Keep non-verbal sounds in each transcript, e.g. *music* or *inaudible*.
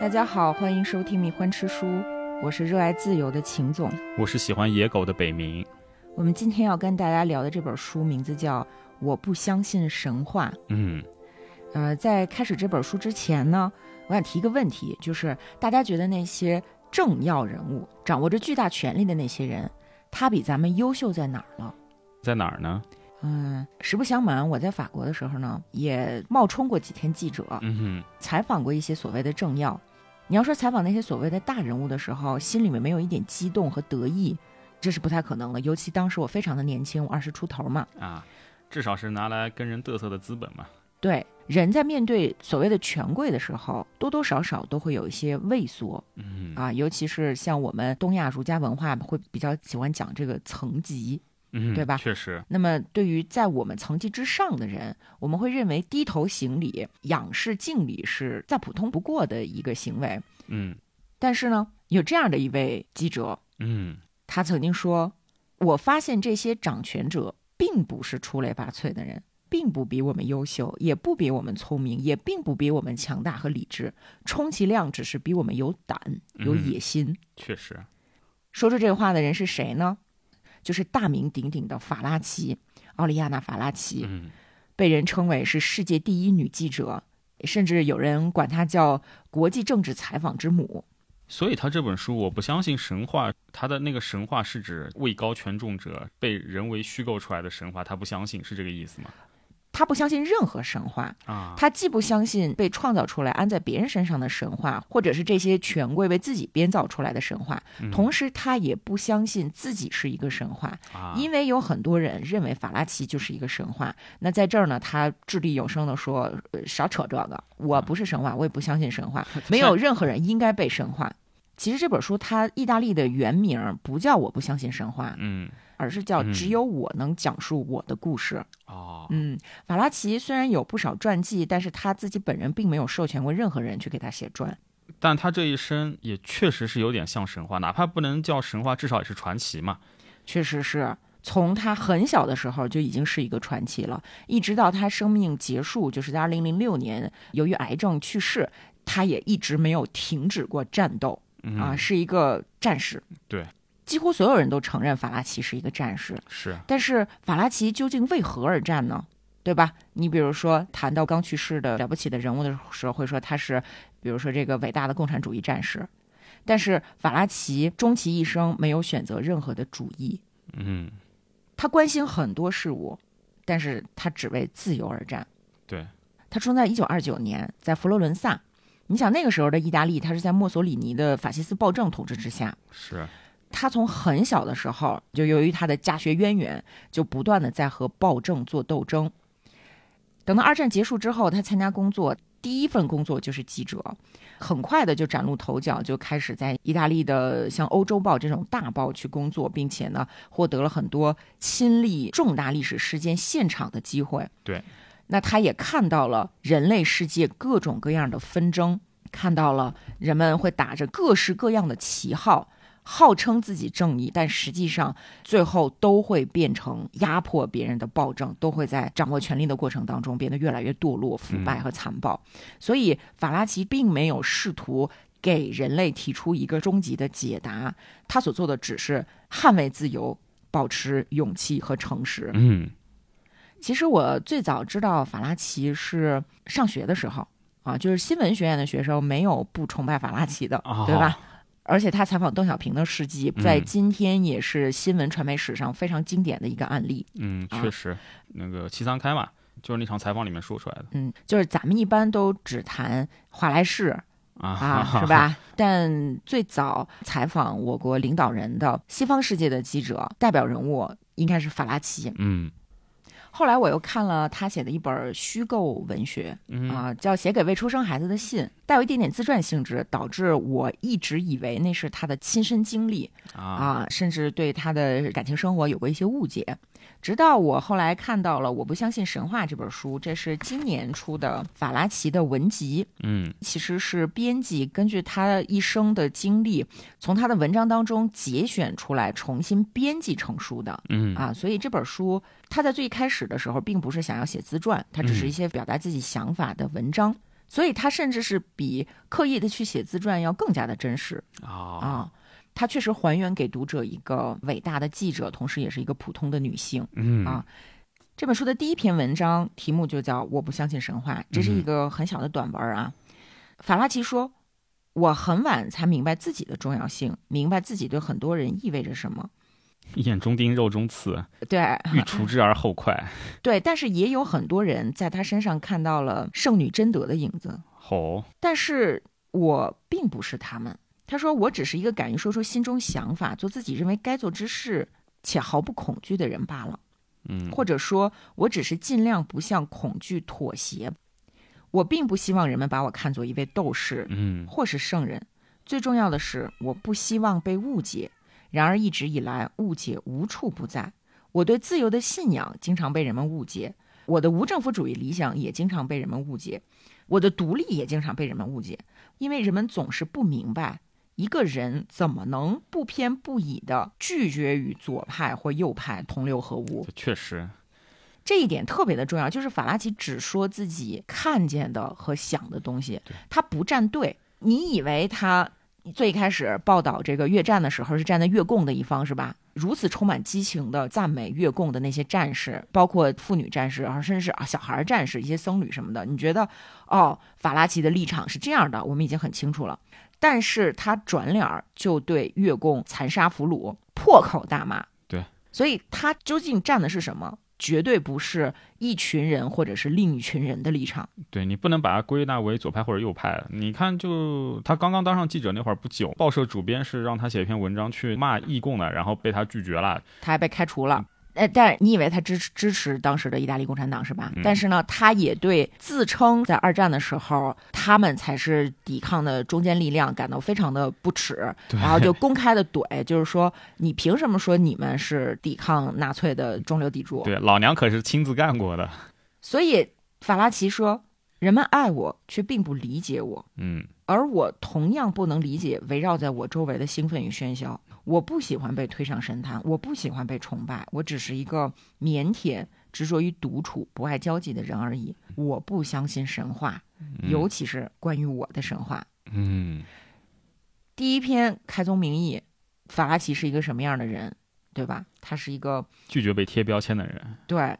大家好，欢迎收听《迷欢吃书》，我是热爱自由的秦总。我是喜欢野狗的北冥。我们今天要跟大家聊的这本书名字叫《我不相信神话》。嗯，呃，在开始这本书之前呢，我想提一个问题，就是大家觉得那些政要人物、掌握着巨大权力的那些人，他比咱们优秀在哪儿了？在哪儿呢？嗯，实不相瞒，我在法国的时候呢，也冒充过几天记者，嗯采访过一些所谓的政要。你要说采访那些所谓的大人物的时候，心里面没有一点激动和得意，这是不太可能的。尤其当时我非常的年轻，我二十出头嘛。哼啊，至少是拿来跟人嘚瑟的资本嘛。对，人在面对所谓的权贵的时候，多多少少都会有一些畏缩嗯啊，尤其是像我们东亚儒家文化会比较喜欢讲这个层级。嗯，对吧确实，那么，对于在我们层级之上的人，我们会认为低头行礼、仰视敬礼是再普通不过的一个行为。嗯但是呢，有这样的一位记者，嗯他曾经说：“我发现这些掌权者并不是出类拔萃的人，并不比我们优秀，也不比我们聪明，也并不比我们强大和理智，充其量只是比我们有胆、有嗯野心。嗯确实，说出这话的人是谁呢？就是大名鼎鼎的法拉奇，奥利亚娜·法拉奇。嗯被人称为是世界第一女记者，甚至有人管她叫国际政治采访之母。所以他这本书，我不相信神话，他的那个神话是指位高权重者被人为虚构出来的神话，他不相信，是这个意思吗？她不相信任何神话，啊，她既不相信被创造出来安在别人身上的神话，或者是这些权贵为自己编造出来的神话，嗯同时她也不相信自己是一个神话，啊因为有很多人认为法拉奇就是一个神话。那在这儿呢，她掷地有声的说：“呃少扯这个，我不是神话，我也不相信 *laughs* 神话，没有任何人应该被神化。”其实这本书它意大利的原名不叫《我不相信神话》，嗯而是叫嗯《只有我能讲述我的故事》。哦，嗯，法拉奇虽然有不少传记，但是他自己本人并没有授权过任何人去给他写传。但他这一生也确实是有点像神话，哪怕不能叫神话，至少也是传奇嘛。确实是从他很小的时候就已经是一个传奇了，一直到他生命结束，就是在二零零六年由于癌症去世，他也一直没有停止过战斗、嗯啊，是一个战士。对，几乎所有人都承认法拉奇是一个战士，是，但是法拉奇究竟为何而战呢？对吧？你比如说谈到刚去世的了不起的人物的时候，会说他是，比如说这个伟大的共产主义战士，但是法拉奇终其一生没有选择任何的主义，嗯，他关心很多事物，但是他只为自由而战。对，他出生在一九二九年，在佛罗伦萨。你想那个时候的意大利，他是在墨索里尼的法西斯暴政统治之下，是，他从很小的时候，就由于他的家学渊源，就不断的在和暴政做斗争。等到二战结束之后，他参加工作，第一份工作就是记者，很快的就崭露头角，就开始在意大利的像《欧洲报》这种大报去工作，并且呢，获得了很多亲历重大历史事件现场的机会。对，那他也看到了人类世界各种各样的纷争，看到了人们会打着各式各样的旗号，号称自己正义，但实际上最后都会变成压迫别人的暴政，都会在掌握权力的过程当中变得越来越堕落、腐败和残暴。所以法拉奇并没有试图给人类提出一个终极的解答，他所做的只是捍卫自由。保持勇气和诚实。嗯其实我最早知道法拉奇是上学的时候啊，就是新闻学院的学生没有不崇拜法拉奇的，哦对吧？而且他采访邓小平的事迹，在嗯今天也是新闻传媒史上非常经典的一个案例。嗯，啊确实，那个七三开嘛，就是那场采访里面说出来的嗯，就是咱们一般都只谈华莱 *laughs* 士啊， *laughs* 啊，是？吧？但最早采访我国领导人的西方世界的记者代表人物应该是法拉奇。嗯后来我又看了他写的一本虚构文学，嗯啊，叫《写给未出生孩子的信》，带有一点点自传性质，导致我一直以为那是他的亲身经历啊，啊，甚至对他的感情生活有过一些误解。直到我后来看到了《我不相信神话》这本书，这是今年出的法拉奇的文集，嗯其实是编辑根据他一生的经历，从他的文章当中节选出来，重新编辑成书的。嗯啊，所以这本书他在最开始的时候并不是想要写自传，他只是一些表达自己想法的文章。所以他甚至是比刻意的去写自传要更加的真实哦啊，啊。他确实还原给读者一个伟大的记者，同时也是一个普通的女性。嗯啊这本书的第一篇文章题目就叫《我不相信神话》，这是一个很小的短文啊。法拉奇说：“我很晚才明白自己的重要性，明白自己对很多人意味着什么。眼中钉，肉中刺，对，欲除之而后 *laughs* 快。对，但是也有很多人在他身上看到了圣女贞德的影子，吼，但是我并不是他们。他说：“我只是一个敢于说出心中想法，做自己认为该做之事，且毫不恐惧的人罢了。嗯，或者说，我只是尽量不向恐惧妥协。我并不希望人们把我看作一位斗士嗯或是圣人。最重要的是，我不希望被误解。然而，一直以来，误解无处不在。我对自由的信仰经常被人们误解，我的无政府主义理想也经常被人们误解，我的独立也经常被人们误解，因为人们总是不明白。一个人怎么能不偏不倚地拒绝与左派或右派同流合污？这确实，这一点特别的重要，就是法拉奇只说自己看见的和想的东西，他不站队。你以为他最开始报道这个越战的时候是站在越共的一方是吧？如此充满激情的赞美越共的那些战士，包括妇女战士，啊，甚至是啊小孩儿战士、一些僧侣什么的，你觉得哦，法拉奇的立场是这样的，我们已经很清楚了。但是他转脸儿就对越共残杀俘虏破口大骂，所以他究竟站的是什么？绝对不是一群人或者是另一群人的立场。对你不能把它归纳为左派或者右派。你看就，他刚刚当上记者那会儿不久，报社主编是让他写一篇文章去骂义共的，然后被他拒绝了。他还被开除嗯了。呃，但是你以为他支持支持当时的意大利共产党是吧？嗯但是呢，他也对自称在二战的时候他们才是抵抗的中坚力量感到非常的 *laughs* 不耻，对然后就公开的怼，就是说你凭什么说你们是抵抗纳粹的中流砥柱？对，老娘可是亲自干过的。所以法拉奇说，人们爱我却并不理解我，嗯，而我同样不能理解围绕在我周围的兴奋与喧嚣。我不喜欢被推上神坛，我不喜欢被崇拜，我只是一个腼腆、执着于独处、不爱交际的人而已。我不相信神话，嗯尤其是关于我的神话。嗯，第一篇《开宗明义》，法拉奇是一个什么样的人，对吧？他是一个拒绝被贴标签的人。对，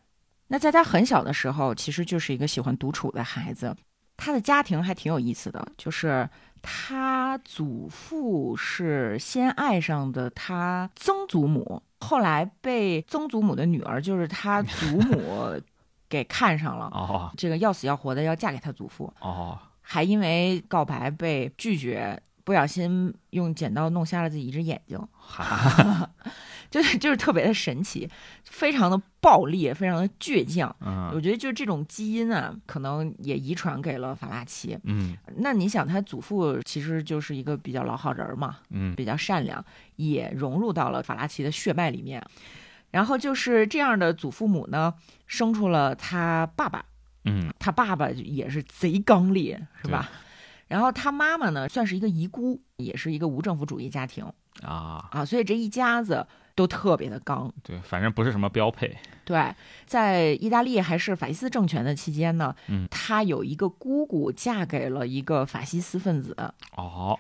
那在他很小的时候，其实就是一个喜欢独处的孩子。他的家庭还挺有意思的，就是他祖父是先爱上的他曾祖母，后来被曾祖母的女儿，就是他祖母给看上了。哦这个要死要活的要嫁给他祖父，哦，还因为告白被拒绝，不小心用剪刀弄瞎了自己一只眼睛。哈，就是就是特别的神奇，非常的暴烈，非常的倔强。嗯我觉得就是这种基因啊，可能也遗传给了法拉奇。嗯那你想，他祖父其实就是一个比较老好人儿嘛，嗯比较善良，也融入到了法拉奇的血脉里面。然后就是这样的祖父母呢，生出了他爸爸，嗯，他爸爸也是贼刚烈，是对吧？然后他妈妈呢，算是一个遗孤，也是一个无政府主义家庭啊，啊，所以这一家子都特别的刚。对，反正不是什么标配。对，在意大利还是法西斯政权的期间呢，嗯他有一个姑姑嫁给了一个法西斯分子，哦，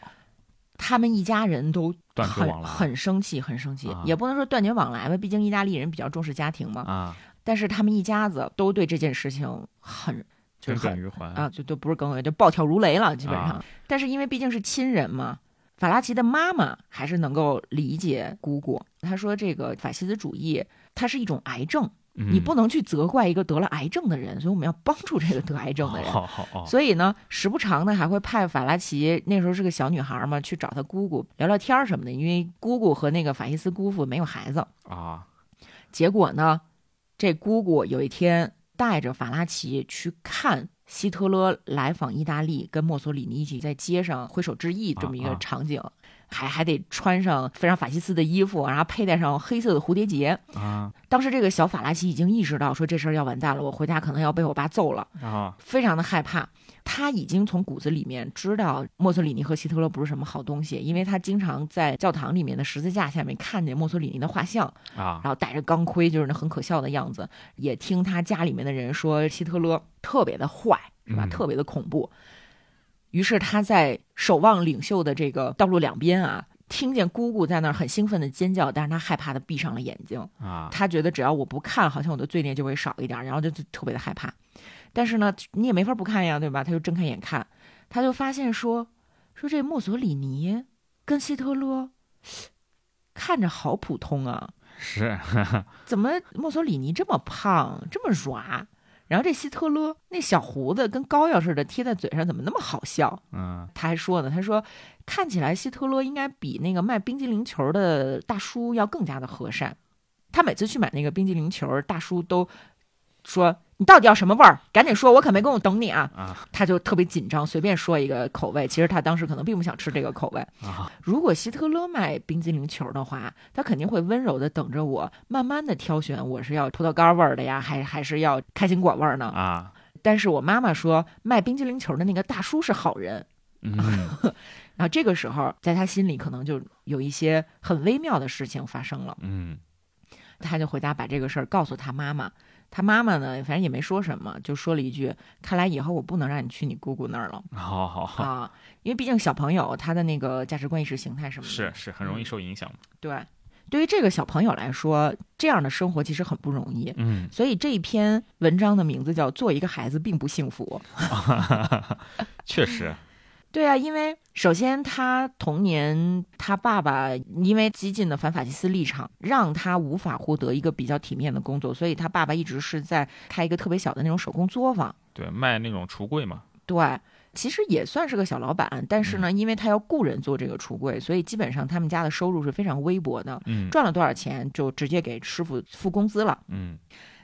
他们一家人都断绝往很来很生气，很生气，啊也不能说断绝往来吧，毕竟意大利人比较重视家庭嘛。啊，但是他们一家子都对这件事情很就耿是耿很于怀啊，就就不是耿耿于怀，就暴跳如雷了，基本上。啊但是因为毕竟是亲人嘛。法拉奇的妈妈还是能够理解姑姑。她说：“这个法西斯主义，它是一种癌症，你嗯不能去责怪一个得了癌症的人，所以我们要帮助这个得癌症的人。好好哦，所以呢，时不常的还会派法拉奇，那时候是个小女孩嘛，去找她姑姑聊聊天儿什么的，因为姑姑和那个法西斯姑父没有孩子。啊，结果呢，这姑姑有一天带着法拉奇去看希特勒来访意大利，跟墨索里尼一起在街上挥手致意这么一啊个啊场景，还还得穿上非常法西斯的衣服，然后佩戴上黑色的蝴蝶结。啊当时这个小法拉奇已经意识到说这事儿要完蛋了，我回家可能要被我爸揍了，啊，非常的害怕。他已经从骨子里面知道墨索里尼和希特勒不是什么好东西，因为他经常在教堂里面的十字架下面看见墨索里尼的画像，啊，然后戴着钢盔，就是那很可笑的样子。也听他家里面的人说希特勒特别的坏，是吧？嗯特别的恐怖。于是他在守望领袖的这个道路两边啊，听见姑姑在那儿很兴奋的尖叫，但是他害怕的闭上了眼睛。啊，他觉得只要我不看，好像我的罪孽就会少一点，然后就就特别的害怕。但是呢，你也没法不看呀，对吧？他就睁开眼看，他就发现说说这墨索里尼跟希特勒看着好普通啊，是，怎么墨索里尼这么胖，这么软？然后这希特勒那小胡子跟膏药似的贴在嘴上，怎么那么好笑？嗯他还说呢，他说看起来希特勒应该比那个卖冰激凌球的大叔要更加的和善。他每次去买那个冰激凌球，大叔都说你到底要什么味儿？赶紧说，我可没工夫等你啊！啊他就特别紧张，随便说一个口味，其实他当时可能并不想吃这个口味。啊，如果希特勒卖冰激凌球的话，他肯定会温柔的等着我，慢慢的挑选我是要葡萄干味儿的呀，还还是要开心果味儿呢？啊，但是我妈妈说卖冰激凌球的那个大叔是好人，嗯然后这个时候，在他心里可能就有一些很微妙的事情发生了。嗯他就回家把这个事儿告诉他妈妈，他妈妈呢，反正也没说什么，就说了一句：“看来以后我不能让你去你姑姑那儿了好好好，啊，因为毕竟小朋友他的那个价值观、意识形态什么的，是是很容易受影响，对。对于这个小朋友来说，这样的生活其实很不容易。嗯，所以这一篇文章的名字叫《做一个孩子并不幸福》。确实，对啊，因为首先他童年，他爸爸因为激进的反法西斯立场，让他无法获得一个比较体面的工作，所以他爸爸一直是在开一个特别小的那种手工作坊。对，卖那种橱柜嘛，对，其实也算是个小老板，但是呢，因为他要雇人做这个橱柜，所以基本上他们家的收入是非常微薄的，嗯赚了多少钱就直接给师傅付工资了。嗯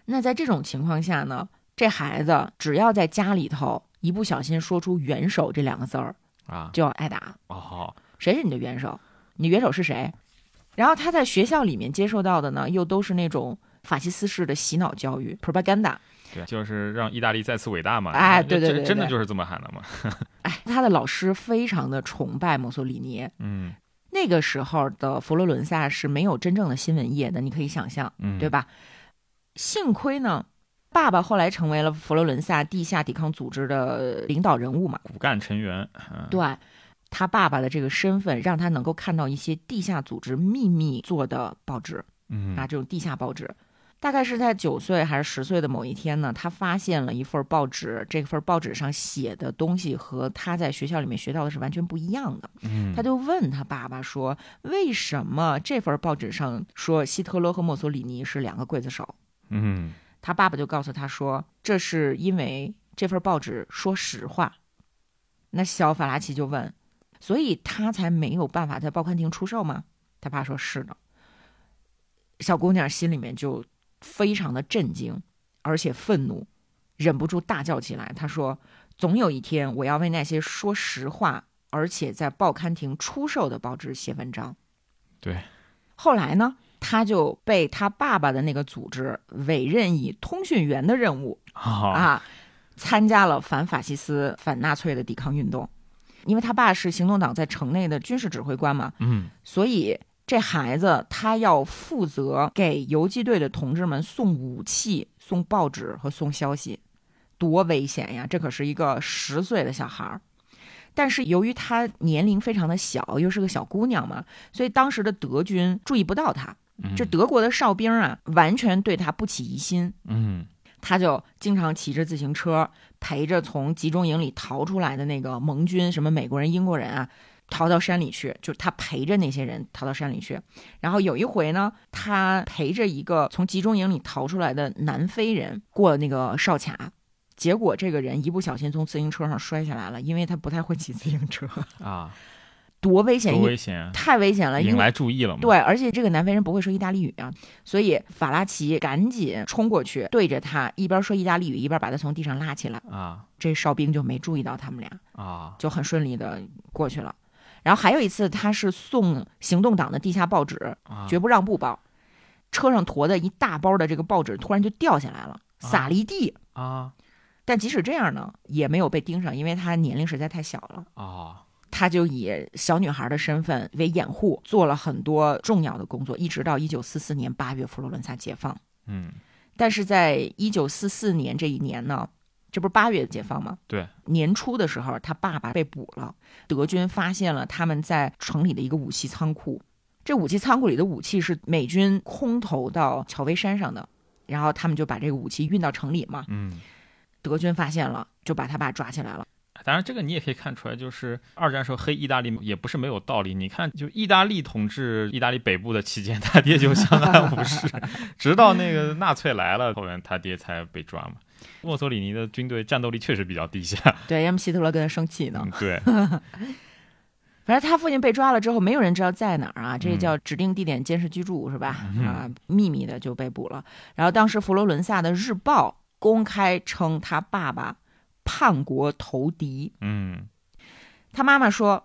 那在这种情况下呢，这孩子只要在家里头一不小心说出“元首”这两个字儿，啊，就要挨打。哦好，谁是你的元首？你元首是谁？然后他在学校里面接受到的呢，又都是那种法西斯式的洗脑教育 （propaganda）。对，就是让意大利再次伟大嘛，哎对对这对对真的对就是这么喊的嘛，哎，他的老师非常的崇拜墨索里尼。嗯那个时候的佛罗伦萨是没有真正的新闻业的，你可以想象，嗯，对吧？幸亏呢，爸爸后来成为了佛罗伦萨地下抵抗组织的领导人物嘛。骨干成员，嗯，对，他爸爸的这个身份让他能够看到一些地下组织秘密做的报纸。嗯啊，这种地下报纸。大概是在九岁还是十岁的某一天呢，他发现了一份报纸，这份报纸上写的东西和他在学校里面学到的是完全不一样的。嗯，他就问他爸爸说：“为什么这份报纸上说希特勒和墨索里尼是两个刽子手嗯？”他爸爸就告诉他说：“这是因为这份报纸说实话。”那小法拉奇就问：“所以他才没有办法在报刊亭出售吗？”他爸说：“是的。”小姑娘心里面就非常的震惊，而且愤怒，忍不住大叫起来。她说：“总有一天，我要为那些说实话而且在报刊亭出售的报纸写文章。”对。后来呢，她就被她爸爸的那个组织委任以通讯员的任务，好，啊，参加了反法西斯、反纳粹的抵抗运动。因为他爸是行动党在城内的军事指挥官嘛，嗯所以这孩子他要负责给游击队的同志们送武器、送报纸和送消息，多危险呀！这可是一个十岁的小孩儿。但是由于她年龄非常的小，又是个小姑娘嘛，所以当时的德军注意不到她。嗯，这德国的哨兵啊，完全对她不起疑心。嗯他就经常骑着自行车，陪着从集中营里逃出来的那个盟军，什么美国人、英国人啊，逃到山里去，就是他陪着那些人逃到山里去。然后有一回呢，他陪着一个从集中营里逃出来的南非人过那个哨卡。结果这个人一不小心从自行车上摔下来了，因为他不太会骑自行车，啊，多危险！多一危险啊，太危险了，因引为来注意了嘛，对，而且这个南非人不会说意大利语啊，所以法拉奇赶紧冲过去，对着他一边说意大利语，一边把他从地上拉起来。啊这哨兵就没注意到他们俩，啊，就很顺利的过去了。然后还有一次，他是送行动党的地下报纸啊《绝不让步报》，车上驮的一大包的这个报纸突然就掉下来了，撒了一地。啊但即使这样呢，也没有被盯上，因为他年龄实在太小了。啊，他就以小女孩的身份为掩护，做了很多重要的工作，一直到一九四四年八月佛罗伦萨解放。嗯但是在一九四四年这一年呢，这不是八月解放吗？对，年初的时候，他爸爸被捕了，德军发现了他们在城里的一个武器仓库。这武器仓库里的武器是美军空投到乔威山上的，然后他们就把这个武器运到城里嘛。嗯，德军发现了，就把他爸抓起来了。当然，这个你也可以看出来，就是二战时候黑意大利也不是没有道理。你看，就意大利统治意大利北部的期间，他爹就相安 *laughs* 无事，直到那个纳粹来了，后面他爹才被抓嘛。墨索里尼的军队战斗力确实比较低下， *laughs* 对，要么希特勒跟他生气呢。嗯对，反正他父亲被抓了之后，没有人知道在哪儿啊，这叫指定地点监视居住是吧？啊，秘密的就被捕了。然后当时佛罗伦萨的日报公开称他爸爸叛国投敌，嗯他妈妈说：“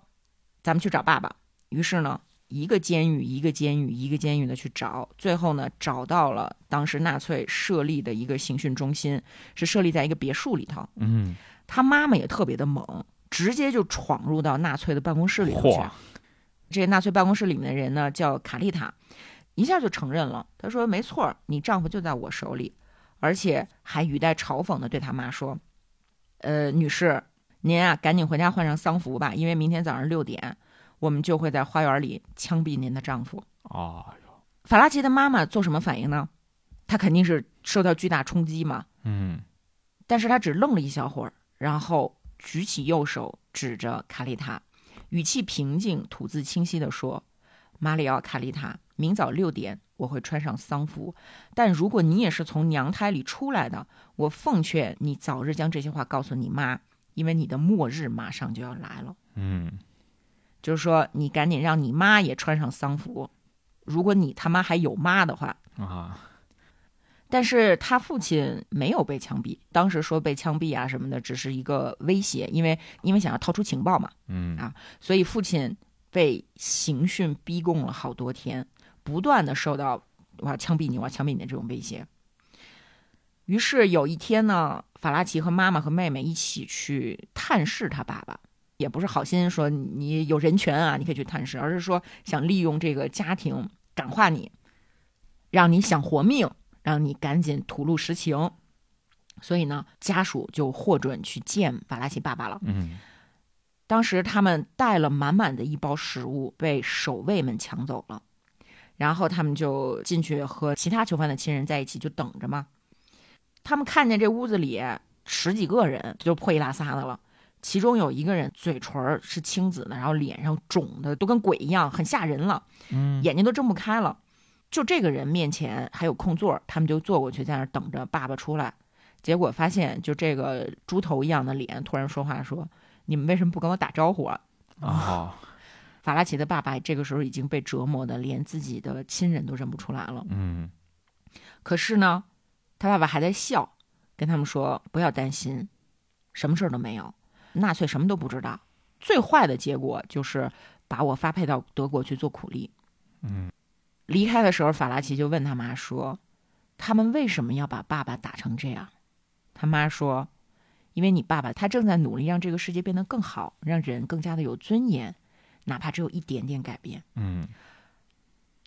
咱们去找爸爸。”于是呢，一个监狱一个监狱一个监狱的去找，最后呢找到了当时纳粹设立的一个刑讯中心，是设立在一个别墅里头。嗯，他妈妈也特别的猛，直接就闯入到纳粹的办公室里头去嚯。这纳粹办公室里面的人呢，叫卡丽塔，一下就承认了。他说：“没错，你丈夫就在我手里。”而且还语带嘲讽的对他妈说：“呃，女士，您啊，赶紧回家换上丧服吧，因为明天早上六点，我们就会在花园里枪毙您的丈夫。”哦，法拉奇的妈妈做什么反应呢？她肯定是受到巨大冲击嘛，嗯但是他只愣了一小会儿，然后举起右手指着卡丽塔，语气平静、吐字清晰地说：“马里奥·卡丽塔，明早六点我会穿上丧服，但如果你也是从娘胎里出来的，我奉劝你早日将这些话告诉你妈，因为你的末日马上就要来了。嗯，就是说，你赶紧让你妈也穿上丧服，如果你他妈还有妈的话，啊，但是他父亲没有被枪毙，当时说被枪毙啊什么的，只是一个威胁，因为因为想要掏出情报嘛，嗯啊所以父亲被刑讯逼供了好多天，不断的受到我要枪毙你，我要枪毙你的这种威胁。于是有一天呢，法拉奇和妈妈和妹妹一起去探视他爸爸，也不是好心说你有人权啊，你可以去探视，而是说想利用这个家庭感化你，让你想活命，让你赶紧吐露实情。所以呢，家属就获准去见法拉奇爸爸了。嗯当时他们带了满满的一包食物，被守卫们抢走了，然后他们就进去和其他囚犯的亲人在一起，就等着嘛。他们看见这屋子里十几个人，就破衣拉撒的了。其中有一个人嘴唇儿是青紫的，然后脸上肿的都跟鬼一样，很吓人了，嗯眼睛都睁不开了。就这个人面前还有空座儿，他们就坐过去，在那儿等着爸爸出来。结果发现，就这个猪头一样的脸突然说话说：“你们为什么不跟我打招呼啊？”哦，法拉奇的爸爸这个时候已经被折磨的连自己的亲人都认不出来了。嗯可是呢，他爸爸还在笑，跟他们说不要担心，什么事儿都没有，纳粹什么都不知道。最坏的结果就是把我发配到德国去做苦力。嗯，离开的时候，法拉奇就问他妈说：“他们为什么要把爸爸打成这样？”他妈说：“因为你爸爸他正在努力让这个世界变得更好，让人更加的有尊严，哪怕只有一点点改变。”嗯，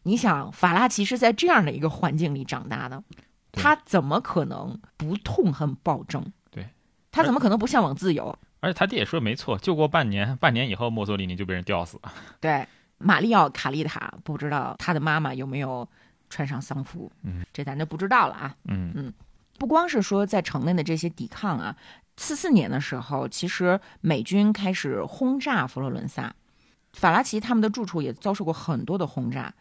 你想，法拉奇是在这样的一个环境里长大的，对他怎么可能不痛恨暴政？对，他怎么可能不向往自由？而且他爹也说的没错，就过半年，半年以后墨索里尼就被人吊死了。对，马里奥·卡丽塔不知道他的妈妈有没有穿上丧服，嗯，这咱就不知道了啊。嗯不光是说在城内的这些抵抗啊，四四年的时候，其实美军开始轰炸佛罗伦萨，法拉奇他们的住处也遭受过很多的轰炸。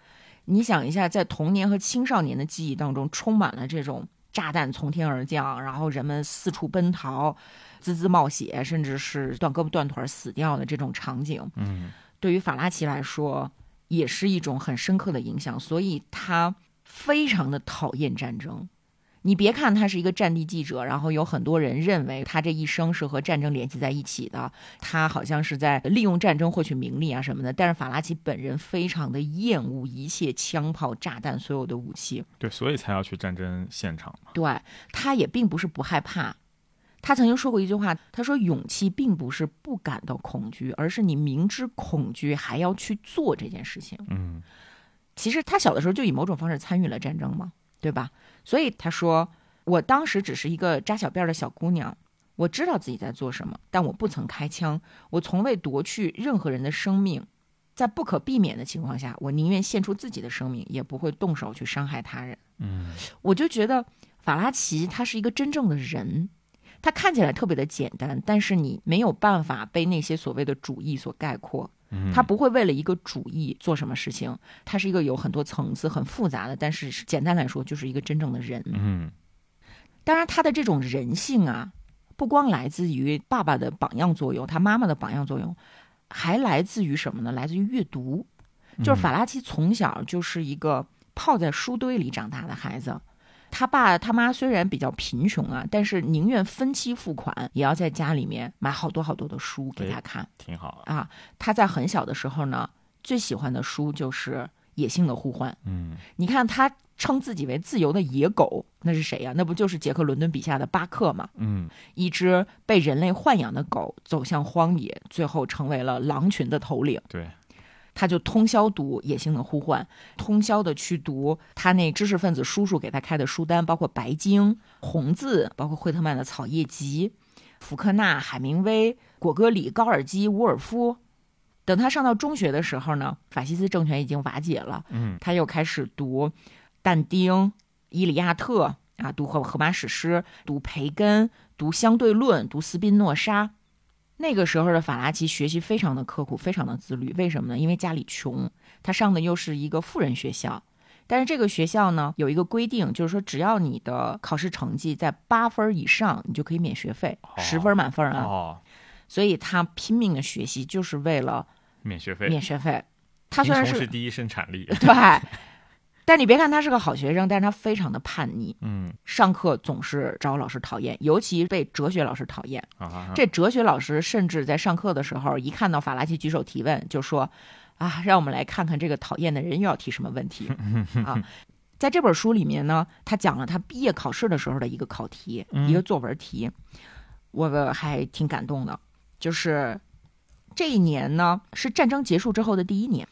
你想一下，在童年和青少年的记忆当中，充满了这种炸弹从天而降，然后人们四处奔逃、滋滋冒血，甚至是断胳膊断腿儿死掉的这种场景。嗯对于法拉奇来说，也是一种很深刻的影响，所以他非常的讨厌战争。你别看他是一个战地记者，然后有很多人认为他这一生是和战争联系在一起的，他好像是在利用战争获取名利啊什么的。但是法拉奇本人非常的厌恶一切枪炮、炸弹、所有的武器，对，所以才要去战争现场嘛。对，他也并不是不害怕。他曾经说过一句话，他说：“勇气并不是不感到恐惧，而是你明知恐惧还要去做这件事情。”嗯其实他小的时候就以某种方式参与了战争嘛，对吧？所以他说，我当时只是一个扎小辫儿的小姑娘，我知道自己在做什么，但我不曾开枪，我从未夺去任何人的生命。在不可避免的情况下，我宁愿献出自己的生命，也不会动手去伤害他人。嗯，我就觉得法拉奇他是一个真正的人，他看起来特别的简单，但是你没有办法被那些所谓的主义所概括。嗯他不会为了一个主义做什么事情，他是一个有很多层次、很复杂的，但是是简单来说就是一个真正的人。嗯当然，他的这种人性啊，不光来自于爸爸的榜样作用，他妈妈的榜样作用，还来自于什么呢？来自于阅读。就是法拉奇从小就是一个泡在书堆里长大的孩子。他爸他妈虽然比较贫穷啊，但是宁愿分期付款，也要在家里面买好多好多的书给他看。挺好，啊，他在很小的时候呢，最喜欢的书就是《野性的呼唤》。嗯你看他称自己为自由的野狗，那是谁呀、那不就是杰克·伦敦笔下的巴克吗？嗯一只被人类豢养的狗走向荒野，最后成为了狼群的头领。对，他就通宵读《野性的呼唤》，通宵的去读他那知识分子叔叔给他开的书单，包括《白鲸》《红字》，包括惠特曼的《草叶集》，福克纳、海明威、果戈里、高尔基、伍尔夫。等他上到中学的时候呢，法西斯政权已经瓦解了，嗯，他又开始读但丁、《伊里亚特》啊，读荷荷马史诗，读培根，读相对论，读斯宾诺莎，那个时候的法拉奇学习非常的刻苦，非常的自律。为什么呢？因为家里穷，他上的又是一个富人学校。但是这个学校呢，有一个规定，就是说只要你的考试成绩在八分儿以上，你就可以免学费，十分儿满分儿啊。哦，所以他拼命的学习，就是为了免学费，免学费。他虽然贫穷是第一生产力，对，但你别看他是个好学生，但是他非常的叛逆，嗯上课总是招老师讨厌，尤其被哲学老师讨厌。啊，这哲学老师甚至在上课的时候，一看到法拉奇举手提问，就说：“啊，让我们来看看这个讨厌的人又要提什么问题啊！”在这本书里面呢，他讲了他毕业考试的时候的一个考题，一个作文题，我还挺感动的。就是这一年呢，是战争结束之后的第一年。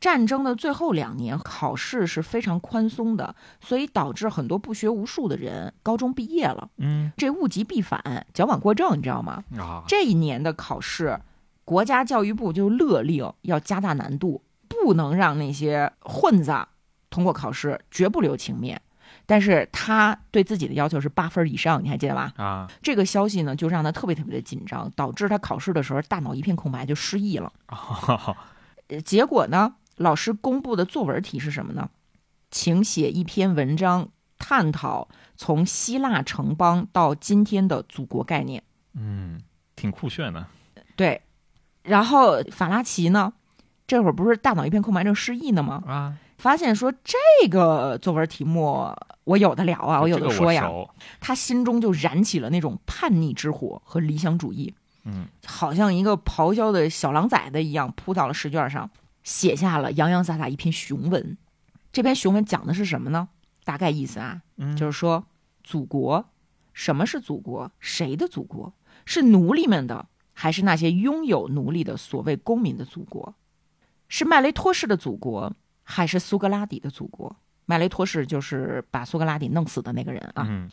战争的最后两年，考试是非常宽松的，所以导致很多不学无术的人高中毕业了，嗯这物极必反，矫枉过正，你知道吗？啊，这一年的考试，国家教育部就勒令要加大难度，不能让那些混子通过考试，绝不留情面。但是他对自己的要求是八分以上，你还记得吧？啊这个消息呢，就让他特别特别的紧张，导致他考试的时候大脑一片空白，就失忆了。啊，呃结果呢，老师公布的作文题是什么呢？请写一篇文章探讨从希腊城邦到今天的祖国概念。嗯，挺酷炫的，对，然后法拉奇呢，这会儿不是大脑一片空白症失忆呢吗？啊，发现说这个作文题目我有的聊啊，我有这的个说呀。熟他心中就燃起了那种叛逆之火和理想主义，嗯，好像一个咆哮的小狼崽子一样扑到了试卷上，写下了洋洋洒洒一篇雄文。这篇雄文讲的是什么呢？大概意思啊，嗯就是说，祖国，什么是祖国？谁的祖国？是奴隶们的，还是那些拥有奴隶的所谓公民的祖国？是麦雷托式的祖国，还是苏格拉底的祖国？麦雷托式就是把苏格拉底弄死的那个人啊。嗯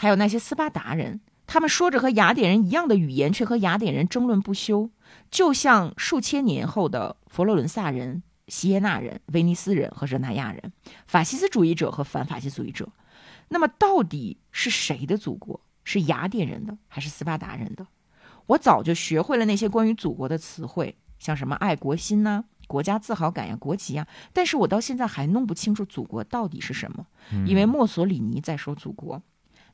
还有那些斯巴达人，他们说着和雅典人一样的语言，却和雅典人争论不休，就像数千年后的佛罗伦萨人、锡耶纳人、威尼斯人和热那亚人，法西斯主义者和反法西斯主义者。那么，到底是谁的祖国？是雅典人的还是斯巴达人的？我早就学会了那些关于祖国的词汇，像什么爱国心呐、国家自豪感呀、国旗呀，但是我到现在还弄不清楚祖国到底是什么，因为墨索里尼在说祖国，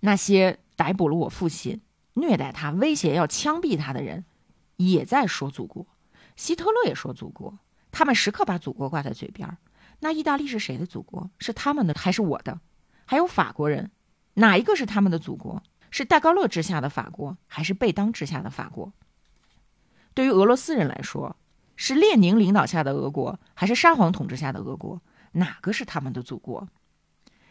那些逮捕了我父亲、虐待他、威胁要枪毙他的人，也在说祖国。希特勒也说祖国，他们时刻把祖国挂在嘴边儿。那意大利是谁的祖国？是他们的还是我的？还有法国人，哪一个是他们的祖国？是戴高乐治下的法国，还是贝当治下的法国？对于俄罗斯人来说，是列宁领导下的俄国，还是沙皇统治下的俄国？哪个是他们的祖国？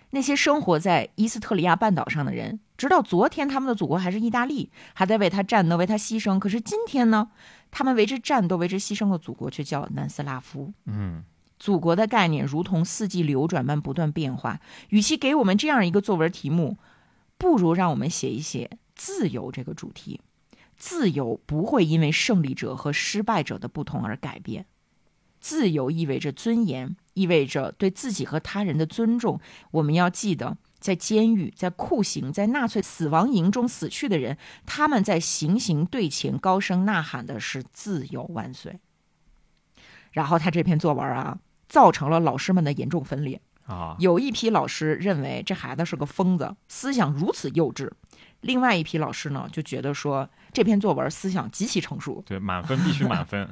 那些生活在伊斯特里亚半岛上的人，直到昨天他们的祖国还是意大利，还在为他战斗、为他牺牲。可是今天呢，他们为之战斗、为之牺牲的祖国却叫南斯拉夫。嗯祖国的概念如同四季流转般不断变化。与其给我们这样一个作文题目，不如让我们写一写自由这个主题。自由不会因为胜利者和失败者的不同而改变。自由意味着尊严，意味着对自己和他人的尊重。我们要记得，在监狱、在酷刑、在纳粹死亡营中死去的人，他们在行刑队前高声呐喊的是“自由万岁”。然后他这篇作文啊，造成了老师们的严重分裂。啊，有一批老师认为这孩子是个疯子，思想如此幼稚；另外一批老师呢，就觉得说这篇作文思想极其成熟。对，满分必须满分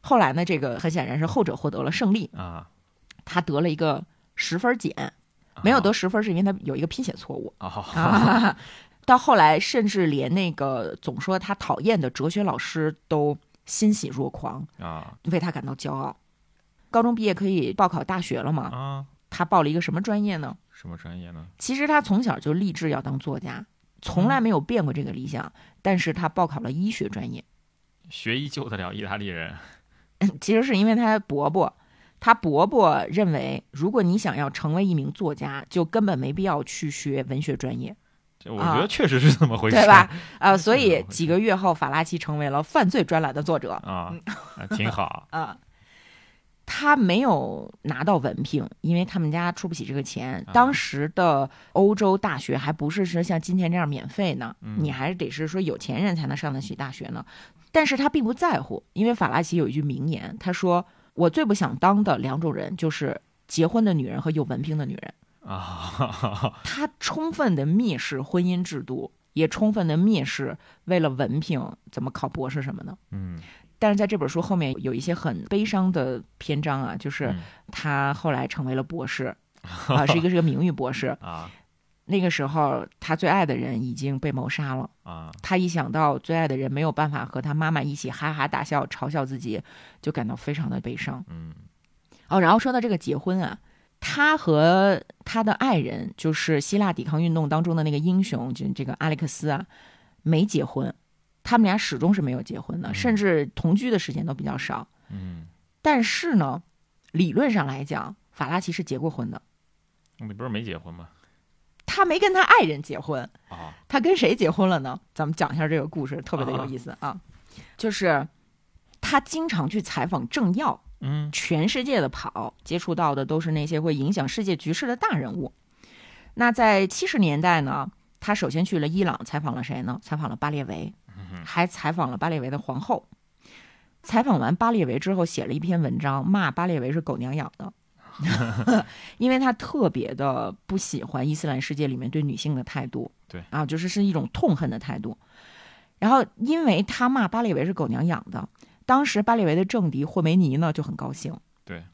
后来呢，这个很显然是后者获得了胜利，啊，他得了一个十分减，没有得十分是因为他有一个拼写错误。啊，啊， *laughs* 到后来甚至连那个总说他讨厌的哲学老师都欣喜若狂，啊为他感到骄傲。高中毕业可以报考大学了嘛？啊，他报了一个什么专业呢？什么专业呢？其实他从小就立志要当作家，从来没有变过这个理想。但是他报考了医学专业， *laughs* 学医救得了意大利人其实是因为他伯伯，他伯伯认为，如果你想要成为一名作家，就根本没必要去学文学专业，这我啊觉得确实是这么回事，对吧？？啊、所是这以么回事几个月后，法拉奇成为了犯罪专栏的作者。啊，啊挺好啊，他没有拿到文凭，因为他们家出不起这个钱。啊当时的欧洲大学还不是说像今天这样免费呢，你还得是说有钱人才能上得起大学呢。但是他并不在乎，因为法拉奇有一句名言，他说：“我最不想当的两种人就是结婚的女人和有文凭的女人。”啊， *laughs* 他充分的蔑视婚姻制度，也充分的蔑视为了文凭怎么考博士什么的。嗯，但是在这本书后面有一些很悲伤的篇章啊，就是嗯他后来成为了博士，啊，是一个是个名誉博士。 *laughs* 啊那个时候他最爱的人已经被谋杀了，啊他一想到最爱的人没有办法和他妈妈一起哈哈大笑嘲笑自己，就感到非常的悲伤。嗯哦，然后说到这个结婚啊，他和他的爱人，就是希腊抵抗运动当中的那个英雄，就这个阿历克斯啊，没结婚，他们俩始终是没有结婚的，嗯甚至同居的时间都比较少。嗯，但是呢，理论上来讲，法拉奇是结过婚的，你不是没结婚吗？他没跟他爱人结婚，啊他跟谁结婚了呢？咱们讲一下这个故事，特别的有意思啊，就是他经常去采访政要，嗯全世界的跑，接触到的都是那些会影响世界局势的大人物。那在七十年代呢，他首先去了伊朗，采访了谁呢？采访了巴列维，还采访了巴列维的皇后。采访完巴列维之后，写了一篇文章，骂巴列维是狗娘养的，因为他特别的不喜欢伊斯兰世界里面对女性的态度，对啊，就是是一种痛恨的态度。然后，因为他骂巴列维是狗娘养的，当时巴列维的政敌霍梅尼呢就很高兴。对，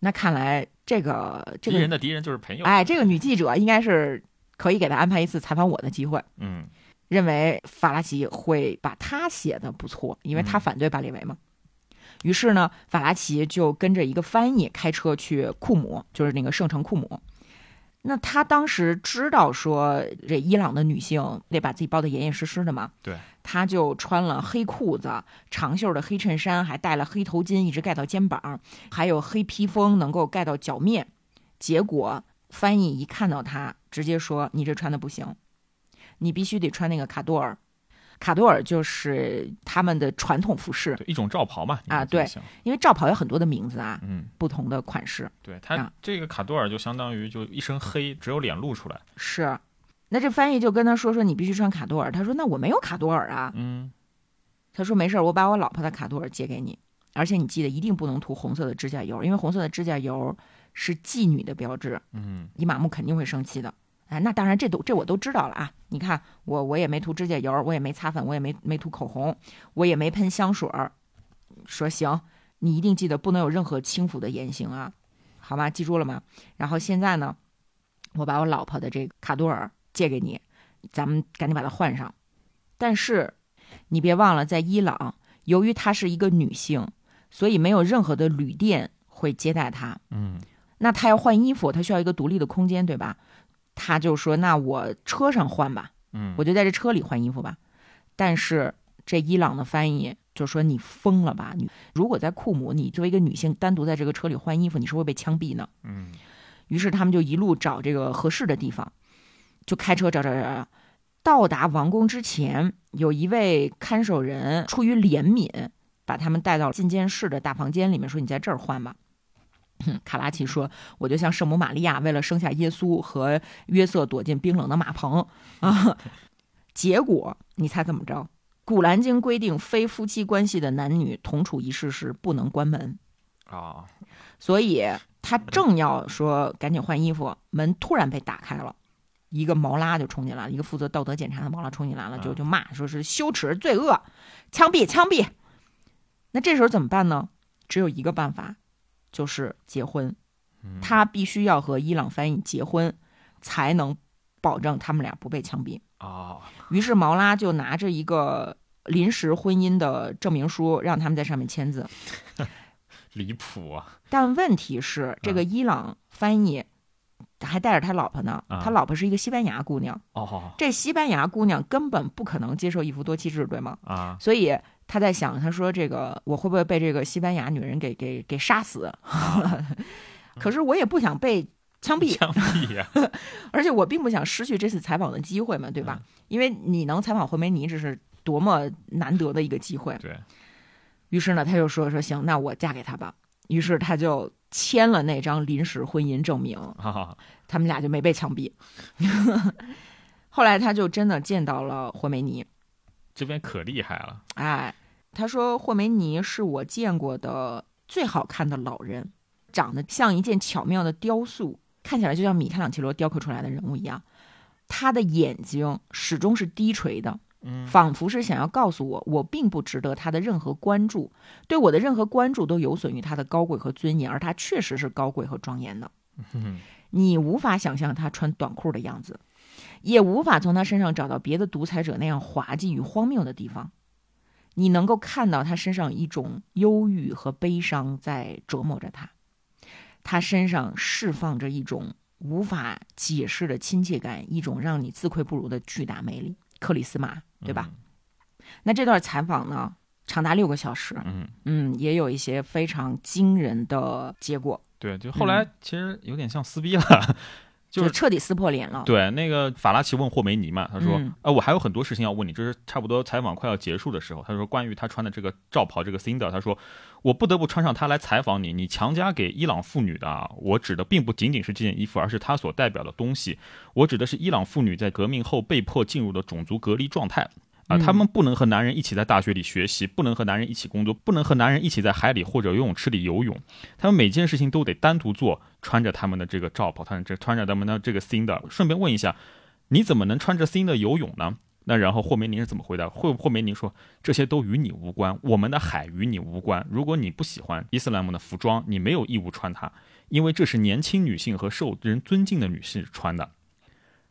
那看来这个这敌人个的敌人就是朋友，哎，这个女记者应该是可以给她安排一次采访我的机会。嗯认为法拉奇会把他写的不错，因为他嗯反对巴列维嘛。于是呢，法拉奇就跟着一个翻译开车去库姆，就是那个圣城库姆。那他当时知道说这伊朗的女性得把自己包得严严实实的嘛，对，他就穿了黑裤子、长袖的黑衬衫，还戴了黑头巾，一直盖到肩膀，还有黑披风能够盖到脚面。结果翻译一看到他，直接说：“你这穿的不行。”你必须得穿那个卡多尔。卡多尔就是他们的传统服饰，对，一种罩袍嘛啊，你可以这么对想因为罩袍有很多的名字啊，嗯，不同的款式对啊他这个卡多尔就相当于就一身黑，只有脸露出来，是。那这翻译就跟他说说你必须穿卡多尔，他说那我没有卡多尔啊，嗯他说没事儿，我把我老婆的卡多尔借给你，而且你记得一定不能涂红色的指甲油，因为红色的指甲油是妓女的标志，嗯伊玛目肯定会生气的。哎，那当然，这都这我都知道了啊！你看，我我也没涂指甲油，我也没擦粉，我也没没涂口红，我也没喷香水儿。说行，你一定记得不能有任何轻浮的言行啊，好吗？记住了吗？然后现在呢，我把我老婆的这个卡多尔借给你，咱们赶紧把它换上。但是你别忘了，在伊朗，由于她是一个女性，所以没有任何的旅店会接待她。嗯那他要换衣服，他需要一个独立的空间，对吧？他就说：“那我车上换吧，嗯，我就在这车里换衣服吧。”但是这伊朗的翻译就说：“你疯了吧？你如果在库姆，你作为一个女性单独在这个车里换衣服，你是会被枪毙呢。嗯”于是他们就一路找这个合适的地方，就开车找找找找，到达王宫之前，有一位看守人出于怜悯，把他们带到觐见室的大房间里面，说：“你在这儿换吧。”哼卡拉奇说：“我就像圣母玛利亚为了生下耶稣和约瑟躲进冰冷的马棚啊。”结果你猜怎么着？古兰经规定，非夫妻关系的男女同处一室是不能关门，啊，所以他正要说赶紧换衣服，门突然被打开了。一个毛拉就冲进来了，一个负责道德检查的毛拉冲进来了，就啊就骂说是羞耻、罪恶，枪毙、枪毙。那这时候怎么办呢？只有一个办法，就是结婚。嗯他必须要和伊朗翻译结婚，才能保证他们俩不被枪毙。啊，于是毛拉就拿着一个临时婚姻的证明书，让他们在上面签字。离谱啊！但问题是，这个伊朗翻译还带着他老婆呢，啊他老婆是一个西班牙姑娘，哦这西班牙姑娘根本不可能接受一夫多妻制，对吗？啊所以他在想，他说这个我会不会被这个西班牙女人给给给杀死？ *laughs* 可是我也不想被枪毙，枪毙呀！ *laughs* 而且我并不想失去这次采访的机会嘛，对吧？因为你能采访惠梅尼，这是多么难得的一个机会。对，于是呢，他就说说行，那我嫁给他吧。于是他就签了那张临时婚姻证明，啊他们俩就没被枪毙。 *laughs* 后来他就真的见到了霍梅尼，这边可厉害了哎，他说霍梅尼是我见过的最好看的老人，长得像一件巧妙的雕塑，看起来就像米开朗基罗雕刻出来的人物一样。他的眼睛始终是低垂的，仿佛是想要告诉我，我并不值得他的任何关注，对我的任何关注都有损于他的高贵和尊严，而他确实是高贵和庄严的。嗯你无法想象他穿短裤的样子，也无法从他身上找到别的独裁者那样滑稽与荒谬的地方。你能够看到他身上一种忧郁和悲伤在折磨着他，他身上释放着一种无法解释的亲切感，一种让你自愧不如的巨大魅力。克里斯玛，对嗯吧？？那这段采访呢，长达六个小时，嗯，嗯，也有一些非常惊人的结果，对，就后来其实有点像 *laughs* 撕逼了，就就是彻底撕破脸了。对那个法拉奇问霍梅尼嘛，他说：“嗯啊，我还有很多事情要问你。”这是差不多采访快要结束的时候，他说关于他穿的这个罩袍，这个 Cinder，他说：“我不得不穿上它来采访你。你强加给伊朗妇女的啊，我指的并不仅仅是这件衣服，而是它所代表的东西。我指的是伊朗妇女在革命后被迫进入的种族隔离状态。”啊，嗯她们不能和男人一起在大学里学习，不能和男人一起工作，不能和男人一起在海里或者游泳池里游泳。他们每件事情都得单独做，穿着他们的这个罩袍，穿着穿着他们的这个 c i n d 顺便问一下，你怎么能穿着 c i n d 游泳呢？那然后霍梅尼是怎么回答？霍霍梅尼说：“这些都与你无关，我们的海与你无关。如果你不喜欢伊斯兰姆的服装，你没有义务穿它，因为这是年轻女性和受人尊敬的女性穿的。”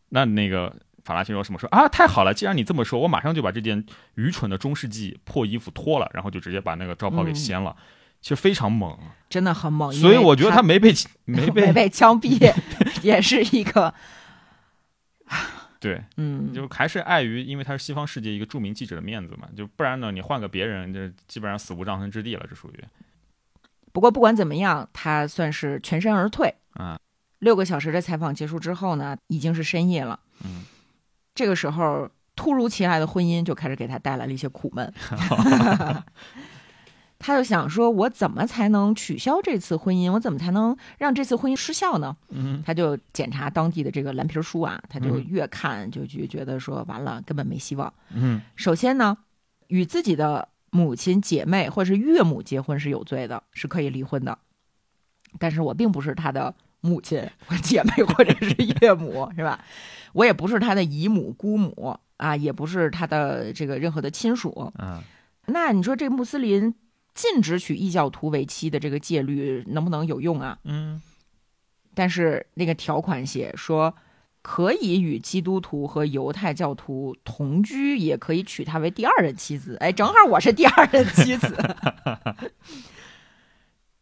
那那个法拉奇说什么说啊？太好了，既然你这么说，我马上就把这件愚蠢的中世纪破衣服脱了，然后就直接把那个罩袍给嗯掀了。其实非常猛，真的很猛，因所以为我觉得他他没 *laughs* 被没 *laughs* 被没被枪毙，也是一个对，嗯，就还是碍于因为他是西方世界一个著名记者的面子嘛，就不然呢，你换个别人，这基本上死无葬身之地了，这属于不过不管怎么样，他算是全身而退。啊，六个小时的采访结束之后呢，已经是深夜了。嗯， *laughs* 这个时候突如其来的婚姻就开始给他带来了一些苦 *laughs* 闷。他就想说，我怎么才能取消这次婚姻？我怎么才能让这次婚姻失效呢？嗯，他就检查当地的这个蓝皮书啊，他就嗯越看就就觉得说完了，根本没希望。嗯首先呢，与自己的母亲、姐妹或者是岳母结婚是有罪的，是可以离婚的。但是我并不是他的母亲、 *laughs* 或姐妹或者是岳母， *laughs* 是吧？我也不是他的姨母、姑母啊，也不是他的这个任何的亲属。啊，那你说这穆斯林禁止娶异教徒为妻的这个戒律能不能有用啊？嗯但是那个条款写说，可以与基督徒和犹太教徒同居，也可以娶她为第二任妻子。哎，正好我是第二任妻子。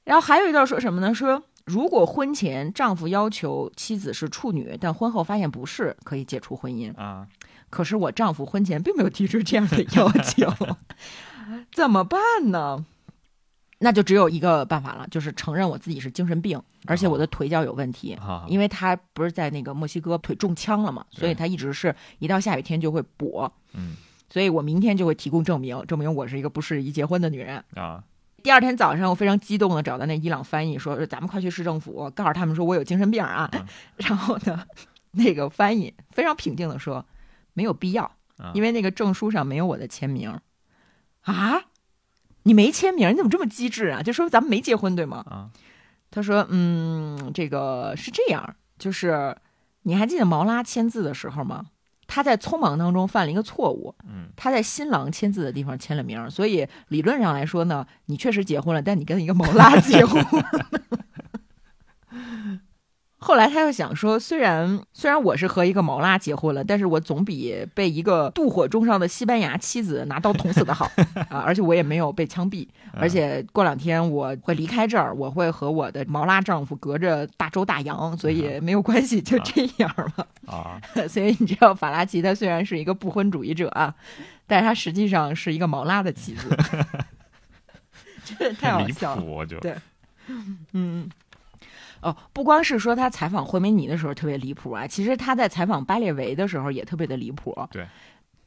然后还有一段说什么呢？说如果婚前丈夫要求妻子是处女，但婚后发现不是，可以解除婚姻。啊，可是我丈夫婚前并没有提出这样的要求，怎么办呢？那就只有一个办法了，就是承认我自己是精神病，而且我的腿脚有问题。啊，嗯因为他不是在那个墨西哥腿中枪了嘛，对所以他一直是一到下雨天就会跛。嗯所以我明天就会提供证明，证明我是一个不适宜结婚的女人。啊，第二天早上，我非常激动的找到那伊朗翻译，说咱们快去市政府，告诉他们说我有精神病啊。嗯 *laughs* 然后呢，那个翻译非常平静的说，没有必要，啊因为那个证书上没有我的签名。啊，你没签名，你怎么这么机智啊？就说咱们没结婚对吗？啊他说，嗯，这个是这样，就是你还记得毛拉签字的时候吗？他在匆忙当中犯了一个错误，嗯他在新郎签字的地方签了名儿，所以理论上来说呢，你确实结婚了，但你跟一个毛拉结婚。后来他又想说，虽然虽然我是和一个毛拉结婚了，但是我总比被一个妒火中烧的西班牙妻子拿刀捅死的好啊！而且我也没有被枪毙，而且过两天我会离开这儿，我会和我的毛拉丈夫隔着大洲大洋，所以没有关系，就这样吧。啊，所以你知道，法拉奇他虽然是一个不婚主义者啊，但是他实际上是一个毛拉的妻子， *laughs* 这 *laughs* 太很好离笑了。谱，我就对嗯，哦，不光是说他采访惠梅尼的时候特别离谱啊，其实他在采访巴列维的时候也特别的离谱。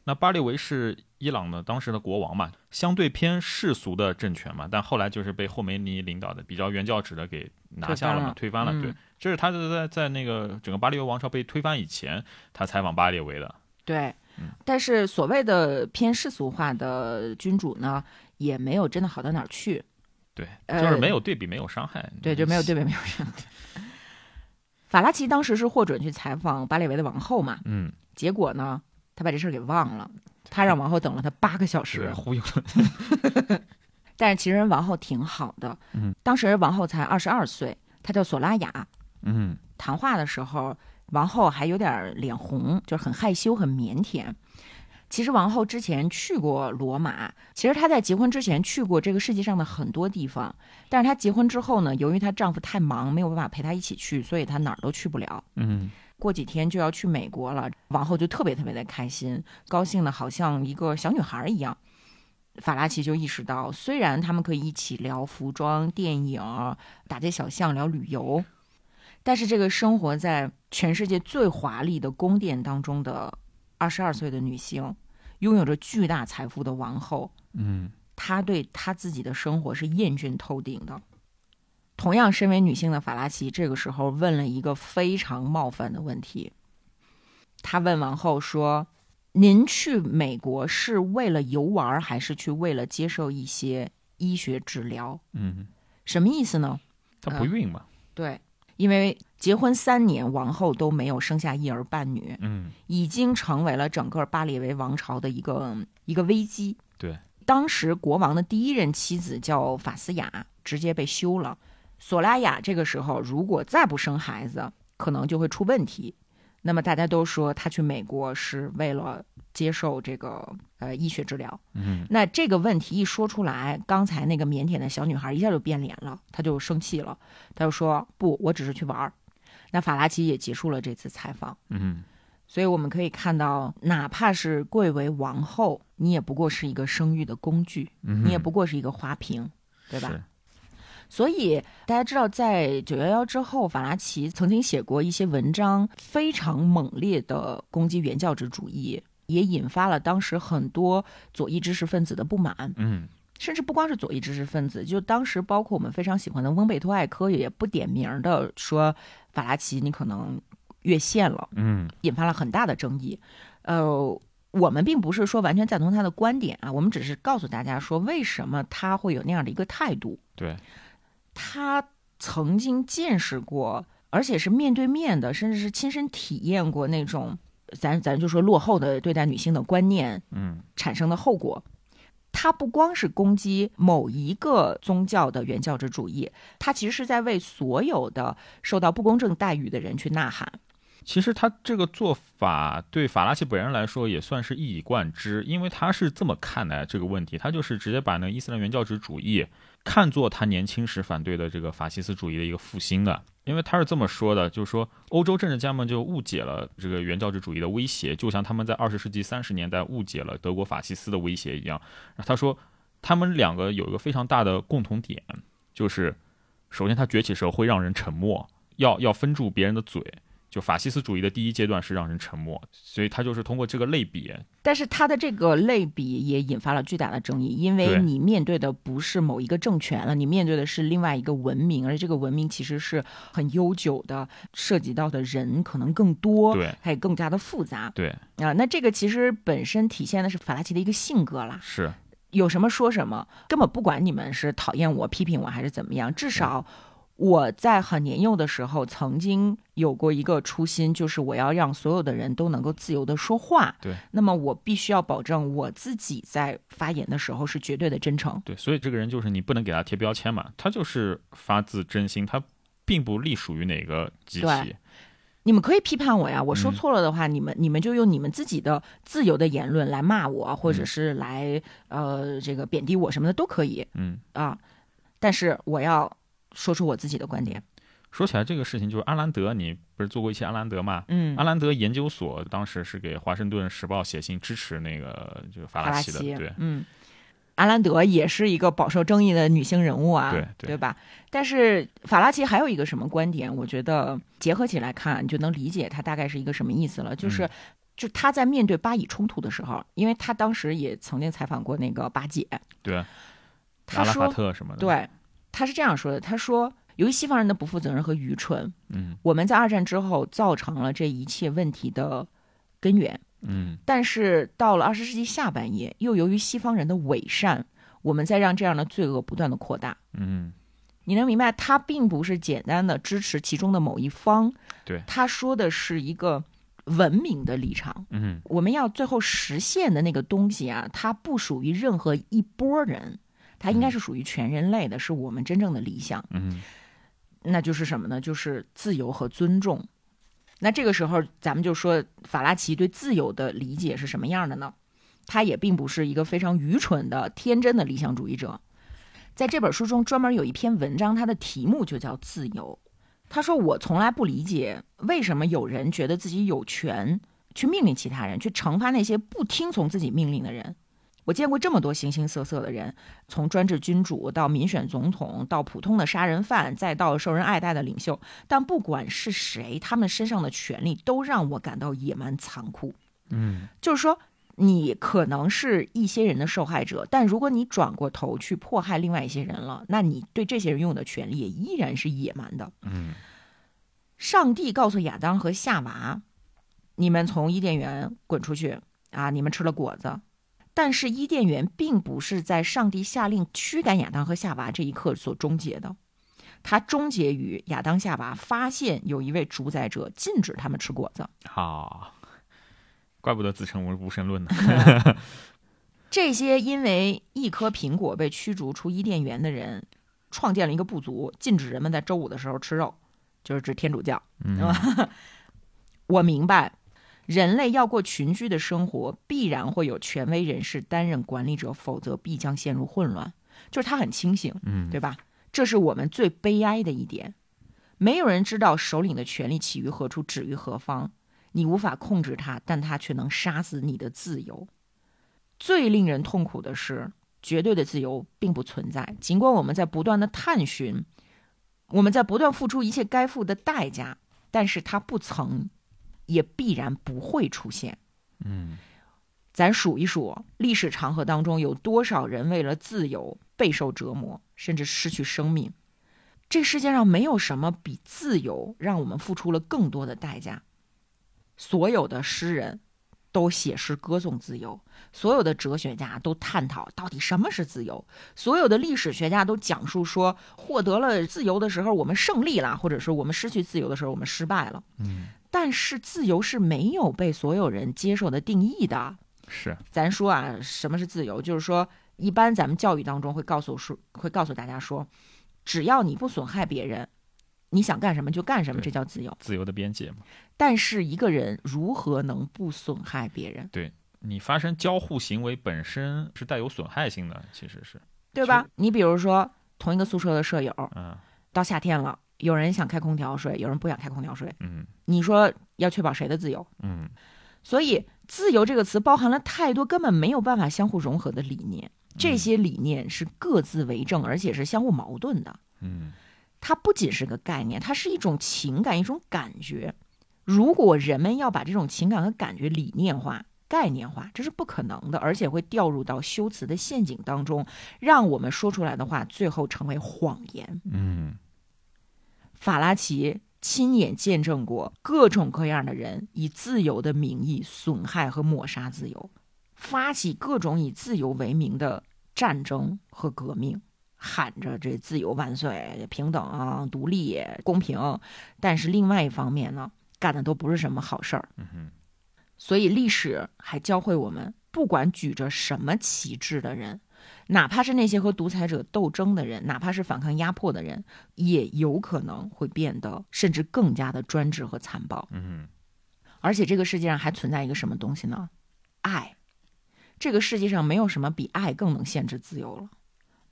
那巴列维是伊朗的当时的国王嘛，相对偏世俗的政权嘛，但后来就是被霍梅尼领导的比较原教旨的给拿下了嘛，推翻了。嗯对，这是他在在在那个整个巴列维王朝被推翻以前，他采访巴列维的。对嗯，但是所谓的偏世俗化的君主呢，也没有真的好到哪儿去。对，呃就是没有对比，没有伤害。对，就没有对比，没有上。 *laughs* 法拉奇当时是获准去采访巴列维的王后嘛，嗯，结果呢，他把这事儿给忘了，他让王后等了他八个小是时。忽悠了。但是其实人王后挺好的，嗯，当时王后才二十二岁，她叫索拉雅。嗯谈话的时候，王后还有点脸红，就是很害羞、很腼腆。其实王后之前去过罗马，其实她在结婚之前去过这个世界上的很多地方，但是她结婚之后呢，由于她丈夫太忙，没有办法陪她一起去，所以她哪儿都去不了。嗯过几天就要去美国了，王后就特别特别的开心，高兴的好像一个小女孩一样。法拉奇就意识到，虽然他们可以一起聊服装、电影、打街小巷、聊旅游，但是这个生活在全世界最华丽的宫殿当中的二十二岁的女性，拥有着巨大财富的王后，嗯她对她自己的生活是厌倦透顶的。同样，身为女性的法拉奇这个时候问了一个非常冒犯的问题，她问王后说：“您去美国是为了游玩儿，还是去为了接受一些医学治疗？嗯，什么意思呢？”他呃不孕嘛。对，因为结婚三年，王后都没有生下一儿半女，嗯已经成为了整个巴列维王朝的一个一个危机。对，当时国王的第一任妻子叫法斯雅，直接被休了。索拉雅这个时候如果再不生孩子，可能就会出问题。那么大家都说她去美国是为了接受这个呃医学治疗。嗯那这个问题一说出来，刚才那个腼腆的小女孩一下就变脸了，她就生气了，她就说：“不，我只是去玩儿。”那法拉奇也结束了这次采访。嗯所以我们可以看到，哪怕是贵为王后，你也不过是一个生育的工具，嗯，你也不过是一个花瓶，对吧？是所以大家知道，在九幺幺之后，法拉奇曾经写过一些文章，非常猛烈的攻击原教旨主义，也引发了当时很多左翼知识分子的不满。嗯甚至不光是左翼知识分子，就当时包括我们非常喜欢的翁贝托·艾科也不点名的说，法拉奇你可能越线了。嗯引发了很大的争议。呃，我们并不是说完全赞同他的观点啊，我们只是告诉大家说为什么他会有那样的一个态度。对，他曾经见识过，而且是面对面的，甚至是亲身体验过那种咱咱就说落后的对待女性的观念嗯产生的后果。他不光是攻击某一个宗教的原教旨主义，他其实是在为所有的受到不公正待遇的人去呐喊。其实他这个做法对法拉奇本人来说也算是一以贯之，因为他是这么看待这个问题，他就是直接把那个伊斯兰原教旨主义看作他年轻时反对的这个法西斯主义的一个复兴的。因为他是这么说的，就是说欧洲政治家们就误解了这个原教旨主义的威胁，就像他们在二十世纪三十年代误解了德国法西斯的威胁一样。他说，他们两个有一个非常大的共同点，就是首先他崛起时候会让人沉默，要要封住别人的嘴。就法西斯主义的第一阶段是让人沉默，所以他就是通过这个类比，但是他的这个类比也引发了巨大的争议，因为对你面对的不是某一个政权了，你面对的是另外一个文明，而这个文明其实是很悠久的，涉及到的人可能更多，对它也更加的复杂对啊。那这个其实本身体现的是法拉奇的一个性格啦，是有什么说什么，根本不管你们是讨厌我、批评我还是怎么样，至少。嗯我在很年幼的时候，曾经有过一个初心，就是我要让所有的人都能够自由的说话。对，那么我必须要保证我自己在发言的时候是绝对的真诚。对，所以这个人就是你不能给他贴标签嘛，他就是发自真心，他并不隶属于哪个集体对，你们可以批判我呀，我说嗯错了的话，你们你们就用你们自己的自由的言论来骂我，或者是来、呃这个贬低我什么的都可以嗯。啊。但是我要说出我自己的观点。说起来这个事情，就是阿兰德，你不是做过一期阿兰德嘛？嗯阿兰德研究所当时是给《华盛顿时报》写信支持那个就是法法拉拉奇的，对嗯，阿兰德也是一个饱受争议的女性人物啊，对对吧？但是法拉奇还有一个什么观点，我觉得结合起来看，你就能理解他大概是一个什么意思了，就是。嗯就他在面对巴以冲突的时候，因为他当时也曾经采访过那个巴姐，对，他阿拉说法特什么的，，对，他是这样说的：他说，由于西方人的不负责任和愚蠢，嗯，我们在二战之后造成了这一切问题的根源。嗯，但是到了二十世纪下半叶，又由于西方人的伪善，我们再让这样的罪恶不断的扩大。嗯，你能明白，他并不是简单的支持其中的某一方，对他说的是一个文明的立场。嗯，我们要最后实现的那个东西啊，它不属于任何一波人，它应该是属于全人类的，是我们真正的理想。嗯，那就是什么呢？就是自由和尊重。那这个时候，咱们就说法拉奇对自由的理解是什么样的呢？他也并不是一个非常愚蠢的、天真的理想主义者。在这本书中，专门有一篇文章，它的题目就叫《自由》。他说：“我从来不理解为什么有人觉得自己有权去命令其他人，去惩罚那些不听从自己命令的人。我见过这么多形形色色的人，从专制君主到民选总统，到普通的杀人犯，再到受人爱戴的领袖，但不管是谁，他们身上的权利都让我感到野蛮残酷。嗯，就是说，你可能是一些人的受害者，但如果你转过头去迫害另外一些人了，那你对这些人拥有的权利也依然是野蛮的。嗯，上帝告诉亚当和夏娃，你们从伊甸园滚出去啊！你们吃了果子，但是伊甸园并不是在上帝下令驱赶亚当和夏娃这一刻所终结的，它终结于亚当夏娃发现有一位主宰者禁止他们吃果子。好，怪不得自称无无神 *laughs* 论呢，这些因为一颗苹果被驱逐出伊甸园的人，创建了一个部族，禁止人们在周五的时候吃肉，就是指天主教。嗯 *laughs* 我明白，人类要过群居的生活，必然会有权威人士担任管理者，否则必将陷入混乱。就是他很清醒，嗯对吧？这是我们最悲哀的一点。没有人知道首领的权力起于何处，止于何方。你无法控制他，但他却能杀死你的自由。最令人痛苦的是，绝对的自由并不存在。尽管我们在不断的探寻，我们在不断付出一切该付的代价，但是它不曾，也必然不会出现。嗯，咱数一数，历史长河当中有多少人为了自由备受折磨，甚至失去生命？这世界上没有什么比自由让我们付出了更多的代价。所有的诗人都写诗歌颂自由，所有的哲学家都探讨到底什么是自由，所有的历史学家都讲述说，获得了自由的时候我们胜利了，或者是我们失去自由的时候我们失败了。嗯，但是自由是没有被所有人接受的定义的。是，咱说啊，什么是自由？就是说，一般咱们教育当中会告诉说，会告诉大家说，只要你不损害别人，你想干什么就干什么，对这叫自由。自由的边界嘛，但是一个人如何能不损害别人，你发生交互行为本身是带有损害性的，其实是，对吧？你比如说，同一个宿舍的舍友，嗯到夏天了，有人想开空调睡，有人不想开空调睡，嗯你说要确保谁的自由？嗯，所以自由这个词包含了太多根本没有办法相互融合的理念，这嗯些理念是各自为政，而且是相互矛盾的。嗯它不仅是个概念，它是一种情感，一种感觉。如果人们要把这种情感和感觉理念化、概念化，这是不可能的，而且会掉入到修辞的陷阱当中，让我们说出来的话最后成为谎言。嗯法拉奇亲眼见证过各种各样的人以自由的名义损害和抹杀自由，发起各种以自由为名的战争和革命，喊着这自由万岁、平等啊、独立、公平，但是另外一方面呢，干的都不是什么好事儿。嗯哼所以历史还教会我们，不管举着什么旗帜的人，哪怕是那些和独裁者斗争的人，哪怕是反抗压迫的人，也有可能会变得甚至更加的专制和残暴。嗯而且这个世界上还存在一个什么东西呢？爱。这个世界上没有什么比爱更能限制自由了。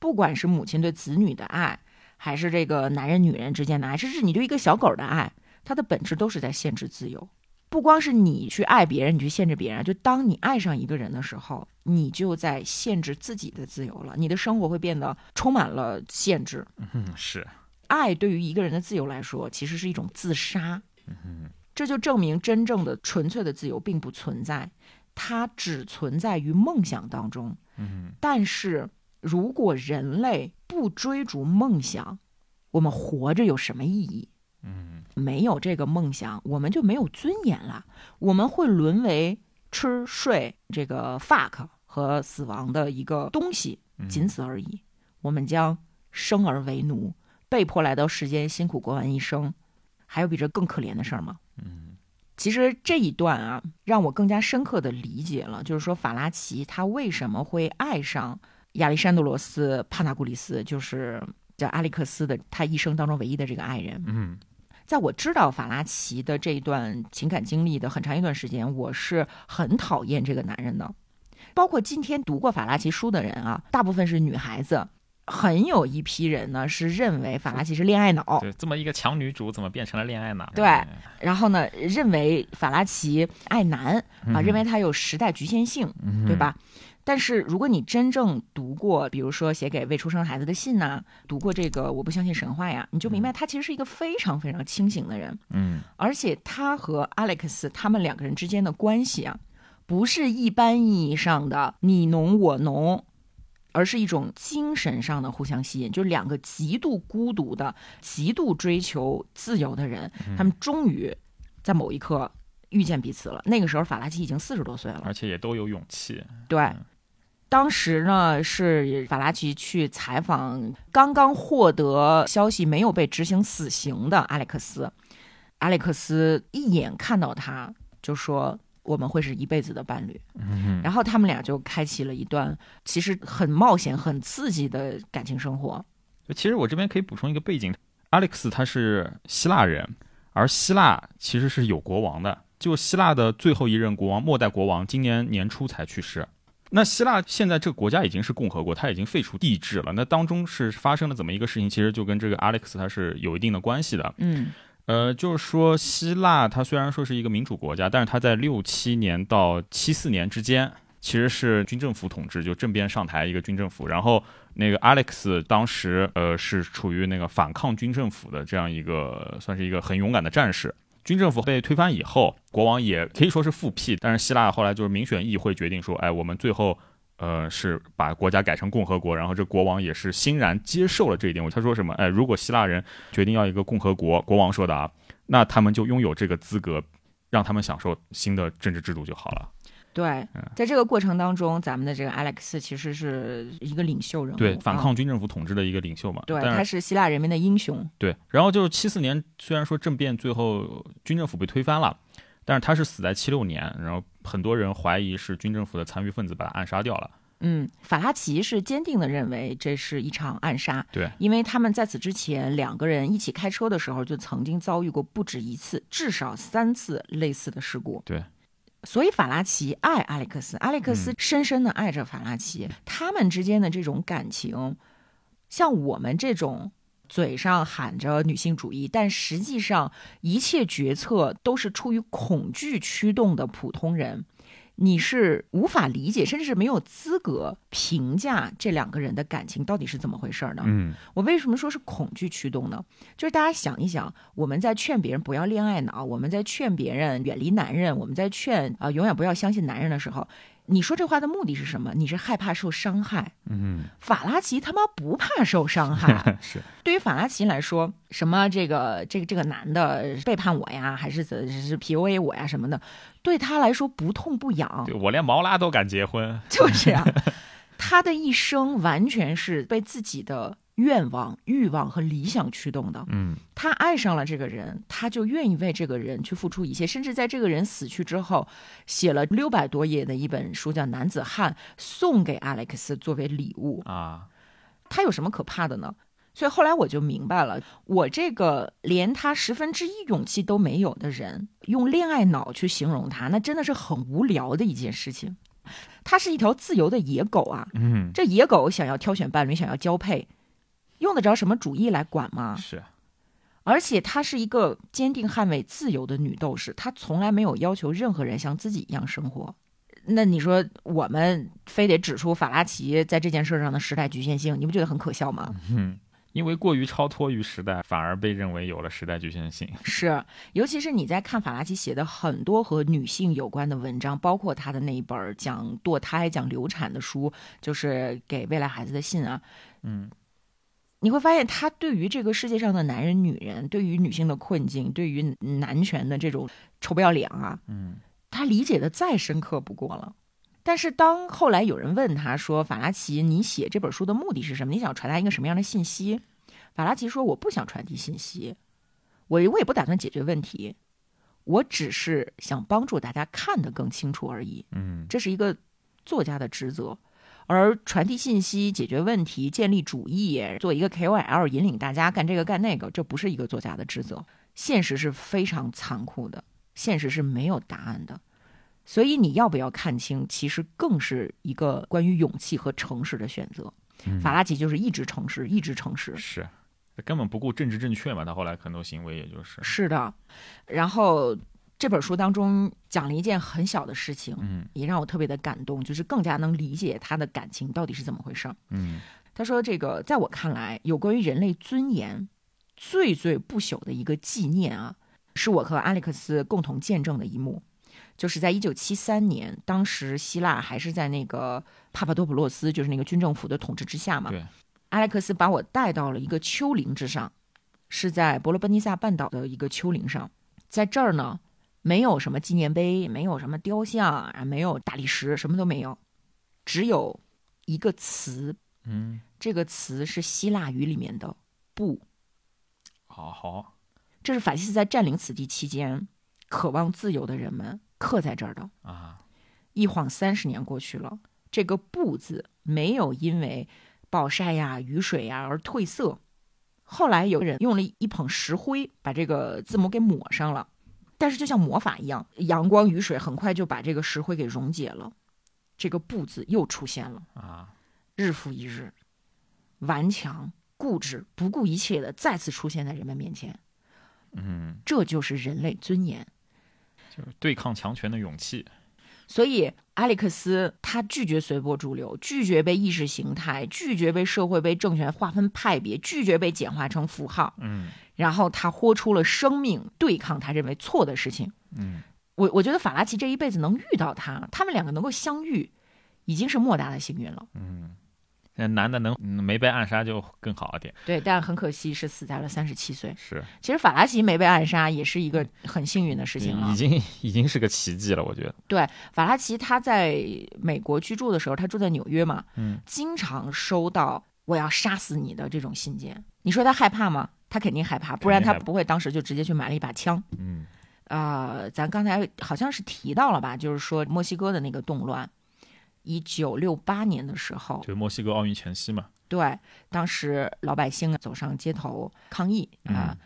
不管是母亲对子女的爱，还是这个男人女人之间的爱，甚至你对一个小狗的爱，它的本质都是在限制自由。不光是你去爱别人，你去限制别人，就当你爱上一个人的时候，你就在限制自己的自由了。你的生活会变得充满了限制。嗯是爱对于一个人的自由来说，其实是一种自杀。这就证明真正的纯粹的自由并不存在，它只存在于梦想当中。嗯但是，如果人类不追逐梦想，我们活着有什么意义？嗯没有这个梦想，我们就没有尊严了，我们会沦为吃睡这个 fuck 和死亡的一个东西，嗯仅此而已。我们将生而为奴，被迫来到世间，辛苦过完一生，还有比这更可怜的事儿吗？嗯其实这一段啊，让我更加深刻的理解了，就是说法拉奇他为什么会爱上亚历山德罗斯·帕纳古里斯，就是叫阿历克斯的他一生当中唯一的这个爱人。嗯在我知道法拉奇的这一段情感经历的很长一段时间，我是很讨厌这个男人的。包括今天读过法拉奇书的人啊，大部分是女孩子，很有一批人呢是认为法拉奇是恋爱脑，对，这么一个强女主怎么变成了恋爱脑？对然后呢认为法拉奇爱男啊，嗯认为他有时代局限性，对吧？但是如果你真正读过，比如说写给未出生孩子的信呐、读过这个《我不相信神话》呀，你就明白他其实是一个非常非常清醒的人。嗯而且他和 Alex 他们两个人之间的关系啊，不是一般意义上的你侬我侬，而是一种精神上的互相吸引。就是两个极度孤独的、极度追求自由的人，他们终于在某一刻遇见彼此了。那个时候，法拉奇已经四十多岁了，而且也都有勇气。对，嗯当时呢是法拉奇去采访刚刚获得消息没有被执行死刑的阿列克斯，阿列克斯一眼看到他就说。我们会是一辈子的伴侣，嗯然后他们俩就开启了一段其实很冒险、很刺激的感情生活。其实我这边可以补充一个背景，Alex 他是希腊人，而希腊其实是有国王的，就希腊的最后一任国王末代国王今年年初才去世。那希腊现在这个国家已经是共和国，它已经废除帝制了。那当中是发生了怎么一个事情？其实就跟这个 Alex 他是有一定的关系的。嗯呃，就是说，希腊它虽然说是一个民主国家，但是它在六七年到七四年之间，其实是军政府统治，就政变上台一个军政府。然后那个 Alex 当时呃是处于那个反抗军政府的这样一个，算是一个很勇敢的战士。军政府被推翻以后，国王也可以说是复辟，但是希腊后来就是民选议会决定说，哎，我们最后呃，是把国家改成共和国，然后这国王也是欣然接受了这一点。他说什么？哎，如果希腊人决定要一个共和国，国王说的啊，那他们就拥有这个资格，让他们享受新的政治制度就好了。对，嗯在这个过程当中，咱们的这个 Alex 其实是一个领袖人物，对，反啊抗军政府统治的一个领袖嘛。对，但他是是希腊人民的英雄。对，然后就是七四年，虽然说政变最后军政府被推翻了，但是他是死在七六年，然后很多人怀疑是军政府的残余分子把他暗杀掉了。嗯，法拉奇是坚定的认为这是一场暗杀，对，因为他们在此之前两个人一起开车的时候就曾经遭遇过不止一次，至少三次类似的事故。对，嗯所以法拉奇爱阿历克斯，阿历克斯深深的爱着法拉奇，他们之间的这种感情，像我们这种。嘴上喊着女性主义，但实际上一切决策都是出于恐惧驱动的普通人，你是无法理解，甚至是没有资格评价这两个人的感情到底是怎么回事儿的。嗯我为什么说是恐惧驱动呢？就是大家想一想，我们在劝别人不要恋爱脑，我们在劝别人远离男人，我们在劝啊、呃永远不要相信男人的时候，你说这话的目的是什么？你是害怕受伤害。嗯，。法拉奇他妈不怕受伤害 *laughs* 是，对于法拉奇来说，什么这个这个这个男的背叛我呀，还是怎是 PUA 我呀什么的，对他来说不痛不痒对，我连毛拉都敢结婚， *laughs* 就是这样。他的一生完全是被自己的愿望、欲望和理想驱动的。嗯他爱上了这个人，他就愿意为这个人去付出一切，甚至在这个人死去之后，写了六百多页的一本书叫《男子汉》，送给 Alex 作为礼物。啊，他有什么可怕的呢？所以后来我就明白了，我这个连他十分之一勇气都没有的人，用恋爱脑去形容他，那真的是很无聊的一件事情。他是一条自由的野狗啊，嗯这野狗想要挑选伴侣，想要交配，用得着什么主义来管吗？是，而且她是一个坚定捍卫自由的女斗士，她从来没有要求任何人像自己一样生活。那你说我们非得指出法拉奇在这件事上的时代局限性，你不觉得很可笑吗？嗯，因为过于超脱于时代，反而被认为有了时代局限性，是，尤其是你在看法拉奇写的很多和女性有关的文章，包括他的那一本儿讲堕胎、讲流产的书，就是给未来孩子的信啊，嗯，你会发现他对于这个世界上的男人、女人，对于女性的困境，对于男权的这种臭不要脸啊，嗯，他理解的再深刻不过了。但是当后来有人问他说：“法拉奇，你写这本书的目的是什么？你想传达一个什么样的信息？”法拉奇说：“我不想传递信息，我我也不打算解决问题，我只是想帮助大家看得更清楚而已。”嗯这是一个作家的职责。而传递信息、解决问题、建立主义、做一个 KOL，引领大家干这个干那个，这不是一个作家的职责。现实是非常残酷的，现实是没有答案的。所以你要不要看清，其实更是一个关于勇气和诚实的选择。嗯法拉奇就是一直诚实，一直诚实。是，根本不顾政治正确嘛，他后来很多行为也就是，是的，然后这本书当中讲了一件很小的事情，嗯也让我特别的感动，就是更加能理解他的感情到底是怎么回事儿。嗯他说：“这个在我看来，有关于人类尊严最最不朽的一个纪念啊，是我和阿历克斯共同见证的一幕，就是在一九七三年，当时希腊还是在那个帕帕多普洛斯，就是那个军政府的统治之下嘛。对，阿历克斯把我带到了一个丘陵之上，是在伯罗奔尼撒半岛的一个丘陵上，在这儿呢，没有什么纪念碑，没有什么雕像啊，没有大理石，什么都没有，只有一个词嗯，这个词是希腊语里面的“不好好，”，这是法西斯在占领此地期间渴望自由的人们刻在这儿的。啊，一晃三十年过去了，这个“不”字没有因为暴晒呀、雨水呀而褪色。后来有人用了一捧石灰把这个字母给抹上了，但是就像魔法一样，阳光、雨水很快就把这个石灰给溶解了，这个“不”字又出现了。啊，日复一日，顽强、固执、不顾一切的再次出现在人们面前。嗯，这就是人类尊严。就是对抗强权的勇气，所以，埃里克斯他拒绝随波逐流，拒绝被意识形态、拒绝被社会、被政权划分派别，拒绝被简化成符号。嗯然后他豁出了生命对抗他认为错的事情。嗯，我我觉得法拉奇这一辈子能遇到他，他们两个能够相遇，已经是莫大的幸运了。嗯那男的能嗯没被暗杀就更好一点，对，但很可惜是死在了三十七岁。是，其实法拉奇没被暗杀也是一个很幸运的事情已了。经已经是个奇迹了，我觉得，对，法拉奇他在美国居住的时候，他住在纽约嘛，嗯，经常收到“我要杀死你”的这种信件。你说他害怕吗？他肯定害怕，不然他害怕不会当时就直接去买了一把枪。嗯呃，咱刚才好像是提到了吧，就是说墨西哥的那个动乱，一九六八年的时候，就墨西哥奥运前夕嘛，对，当时老百姓走上街头抗议啊、嗯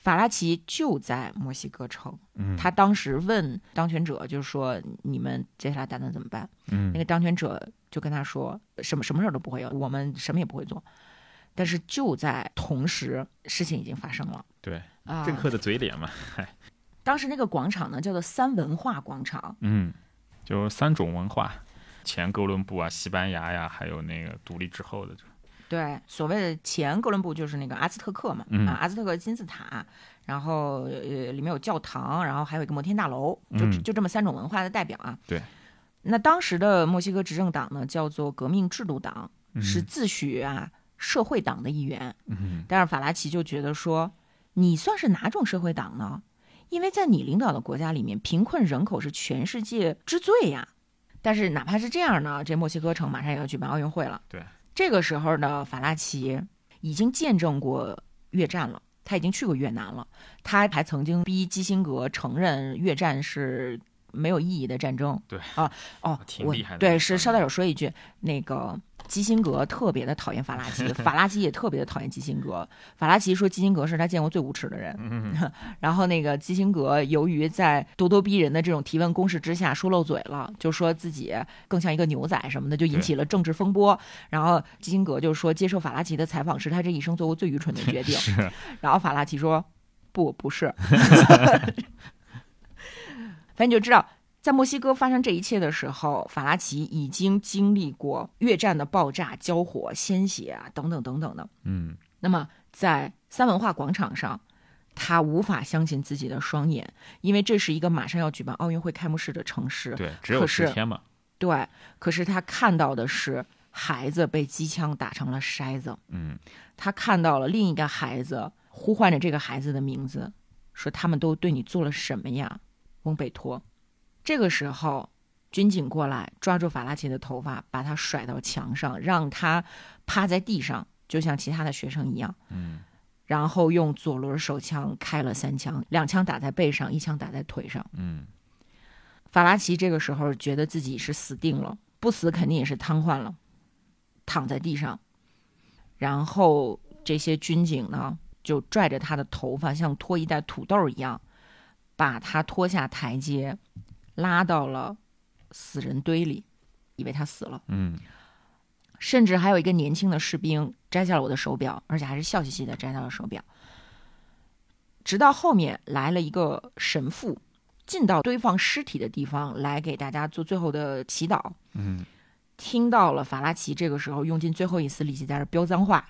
法拉奇就在墨西哥城，嗯，他当时问当权者，就是说你们接下来打算怎么办？嗯那个当权者就跟他说，什么什么事儿都不会有，我们什么也不会做。但是就在同时，事情已经发生了。对啊、政客的嘴脸嘛，当时那个广场呢，叫做三文化广场，嗯，就是三种文化，前哥伦布啊、西班牙呀，还有那个独立之后的这对，所谓的前哥伦布就是那个阿兹特克嘛，嗯啊，阿兹特克金字塔，然后呃里面有教堂，然后还有一个摩天大楼，就、嗯就这么三种文化的代表啊。对。那当时的墨西哥执政党呢，叫做革命制度党，是自诩啊社会党的一员。嗯但是法拉奇就觉得说，你算是哪种社会党呢？因为在你领导的国家里面，贫困人口是全世界之最呀。但是哪怕是这样呢，这墨西哥城马上也要举办奥运会了。对，这个时候呢，法拉奇已经见证过越战了，他已经去过越南了，他还曾经逼基辛格承认越战是没有意义的战争。对啊，哦，挺我厉害的对，那是个捎带手说一句，那个基辛格特别的讨厌法拉 *laughs* 奇，法拉奇也特别的讨厌基辛格。法拉奇说基辛格是他见过最无耻的人。嗯 *laughs* 然后那个基辛格由于在咄咄逼人的这种提问攻势之下说漏嘴了，就说自己更像一个牛仔什么的，就引起了政治风波。然后基辛格就说接受法拉奇的采访是他这一生做过最愚蠢的决定。是 *laughs* 然后法拉奇说不，不是。反正你就知道，在墨西哥发生这一切的时候，法拉奇已经经历过越战的爆炸、交火、鲜血啊，等等等等的。嗯那么在三文化广场上，他无法相信自己的双眼，因为这是一个马上要举办奥运会开幕式的城市。对，只有可是十天嘛，对，可是他看到的是孩子被机枪打成了筛子。嗯他看到了另一个孩子呼唤着这个孩子的名字，说他们都对你做了什么呀，翁贝托。这个时候，军警过来抓住法拉奇的头发，把他甩到墙上，让他趴在地上，就像其他的学生一样。嗯然后用左轮手枪开了三枪，两枪打在背上，一枪打在腿上。嗯法拉奇这个时候觉得自己是死定了，不死肯定也是瘫痪了，躺在地上。然后这些军警呢，就拽着他的头发，像拖一袋土豆一样，把他拖下台阶，拉到了死人堆里，以为他死了。嗯甚至还有一个年轻的士兵摘下了我的手表，而且还是笑嘻嘻的摘下了手表。直到后面来了一个神父，进到堆放尸体的地方来给大家做最后的祈祷。嗯，听到了法拉奇这个时候用尽最后一丝力气在这飙脏话，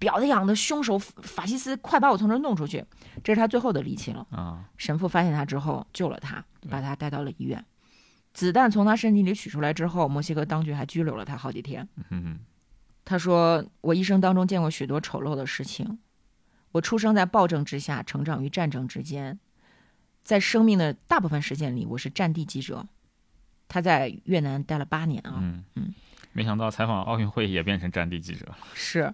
婊子养的凶手法西斯，快把我从这儿弄出去！这是他最后的力气了。啊，神父发现他之后救了他，对把他带到了医院。子弹从他身体里取出来之后，墨西哥当局还拘留了他好几天。嗯他说：“我一生当中见过许多丑陋的事情。我出生在暴政之下，成长于战争之间。在生命的大部分时间里，我是战地记者。他在越南待了八年啊，嗯嗯嗯，没想到采访奥运会也变成战地记者了，是。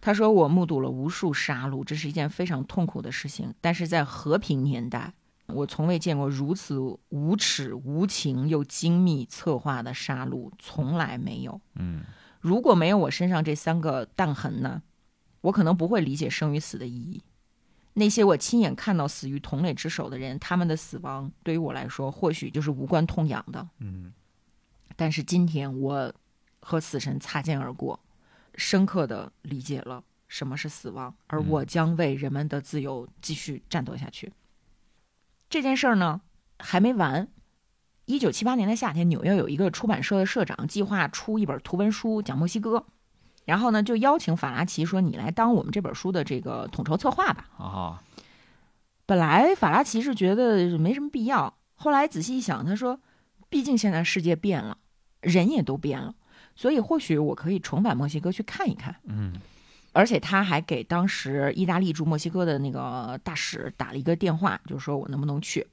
他说我目睹了无数杀戮，这是一件非常痛苦的事情。但是在和平年代，我从未见过如此无耻、无情又精密策划的杀戮，从来没有。嗯如果没有我身上这三个弹痕呢，我可能不会理解生与死的意义。那些我亲眼看到死于同类之手的人，他们的死亡对于我来说，或许就是无关痛痒的。嗯但是今天，我和死神擦肩而过，深刻的理解了什么是死亡，而嗯我将为人们的自由继续战斗下去。这件事儿呢，还没完。一九七八年的夏天，纽约有一个出版社的社长计划出一本图文书讲墨西哥，然后呢，就邀请法拉奇说：“你来当我们这本书的这个统筹策划吧。”啊，本来法拉奇是觉得没什么必要，后来仔细一想，他说，毕竟现在世界变了，人也都变了，所以或许我可以重返墨西哥去看一看。嗯而且他还给当时意大利驻墨西哥的那个大使打了一个电话，就说我能不能去。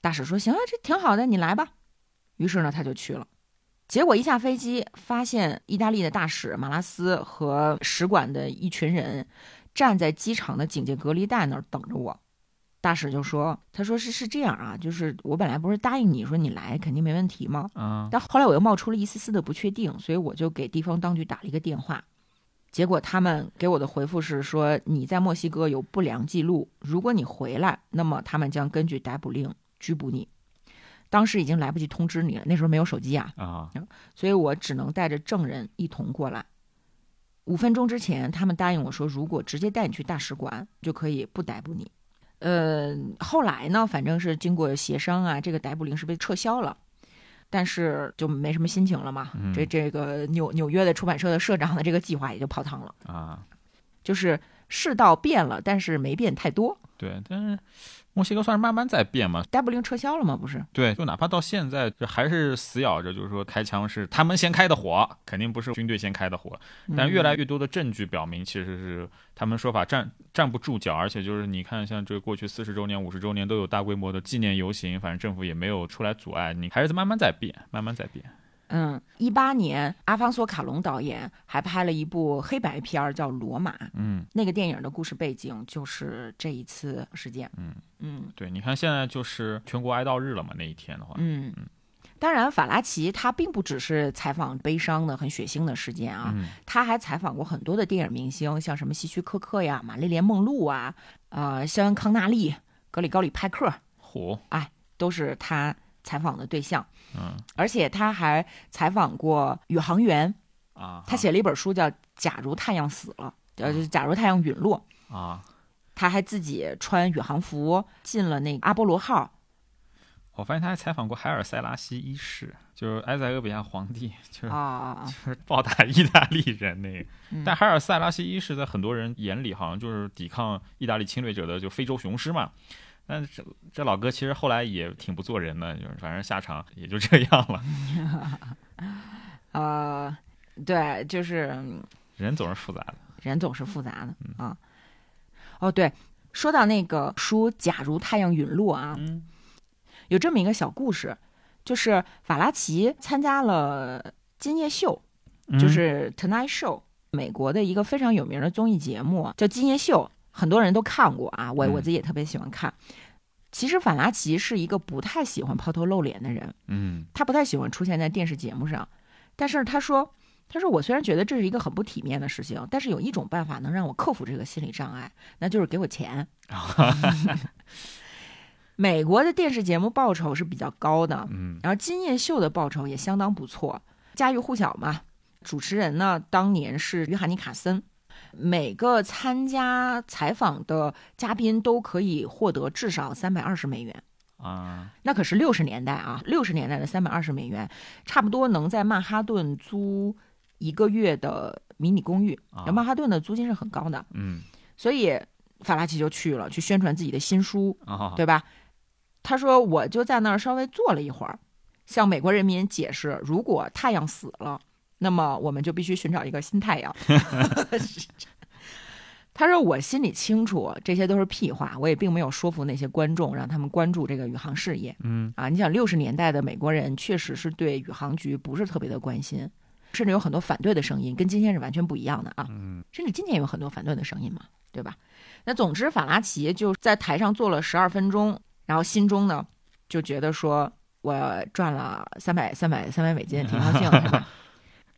大使说行啊，这挺好的，你来吧。于是呢，他就去了。结果一下飞机，发现意大利的大使马拉斯和使馆的一群人站在机场的警戒隔离带那儿等着我。大使就说：“他说是是这样啊，就是我本来不是答应你说你来肯定没问题吗？啊，但后来我又冒出了一丝丝的不确定，所以我就给地方当局打了一个电话。结果他们给我的回复是说，你在墨西哥有不良记录，如果你回来，那么他们将根据逮捕令拘捕你。当时已经来不及通知你了，那时候没有手机啊，啊，所以我只能带着证人一同过来。五分钟之前，他们答应我说，如果直接带你去大使馆，就可以不逮捕你。呃，后来呢，反正是经过协商啊，这个逮捕令是被撤销了。但是就没什么心情了嘛。嗯这这个纽纽约的出版社的社长的这个计划也就泡汤了，啊，就是世道变了，但是没变太多。对，但是墨西哥算是慢慢在变嘛，戴布令撤销了吗？不是，对，就哪怕到现在，这还是死咬着，就是说开枪是他们先开的火，肯定不是军队先开的火。嗯但越来越多的证据表明，其实是他们说法站站不住脚，而且就是你看，像这过去四十周年、五十周年都有大规模的纪念游行，反正政府也没有出来阻碍，你还是慢慢在变，慢慢在变。嗯，一八年，阿方索·卡隆导演还拍了一部黑白片儿，叫《罗马》。嗯，那个电影的故事背景就是这一次事件。嗯嗯对，你看现在就是全国哀悼日了嘛，那一天的话，嗯当然，法拉奇他并不只是采访悲伤的、很血腥的事件啊，嗯他还采访过很多的电影明星，像什么希区柯克呀、玛丽莲·梦露啊、呃、肖恩·康纳利、格里高里·派克，火，都是他采访的对象。嗯而且他还采访过宇航员，啊，他写了一本书叫《假如太阳死了》，呃，就是假如太阳陨落。啊，他还自己穿宇航服进了那个阿波罗号，我发现他还采访过海尔塞拉西一世，就是埃塞俄比亚皇帝，就是啊啊啊！就是暴打意大利人那个。嗯但海尔塞拉西一世在很多人眼里好像就是抵抗意大利侵略者的就非洲雄狮嘛。但这这老哥其实后来也挺不做人的，就是反正下场也就这样了。呃，对，就是嗯人总是复杂的，人总是复杂的啊。哦，对，说到那个书《假如太阳陨落》啊，嗯有这么一个小故事，就是法拉奇参加了今夜秀，嗯就是 Tonight Show，美国的一个非常有名的综艺节目，叫《今夜秀》，很多人都看过啊，我我嗯自己也特别喜欢看。其实法拉奇是一个不太喜欢抛头露脸的人，嗯他不太喜欢出现在电视节目上，但是他说。他说：“我虽然觉得这是一个很不体面的事情，但是有一种办法能让我克服这个心理障碍，那就是给我 *laughs* 钱。”啊美国的电视节目报酬是比较高的，嗯然后今夜秀的报酬也相当不错，家喻户晓嘛。主持人呢，当年是约翰尼·卡森。每个参加采访的嘉宾都可以获得至少三百二十美元，啊那可是六十年代啊，六十年代的三百二十美元，差不多能在曼哈顿租一个月的迷你公寓。啊曼哈顿的租金是很高的，嗯所以法拉奇就去了，去宣传自己的新书。啊对吧？他说我就在那儿稍微坐了一会儿，向美国人民解释，如果太阳死了，那么我们就必须寻找一个新太 *laughs* 阳。 *laughs* 他说：“我心里清楚，这些都是屁话，我也并没有说服那些观众，让他们关注这个宇航事业。嗯啊，你想六十年代的美国人确实是对宇航局不是特别的关心，甚至有很多反对的声音，跟今天是完全不一样的啊。嗯甚至今天也有很多反对的声音嘛，对吧？那总之，法拉奇就在台上坐了十二分钟，然后心中呢就觉得说我赚了三百三百三百美金，挺高兴的，是 *laughs* 吧？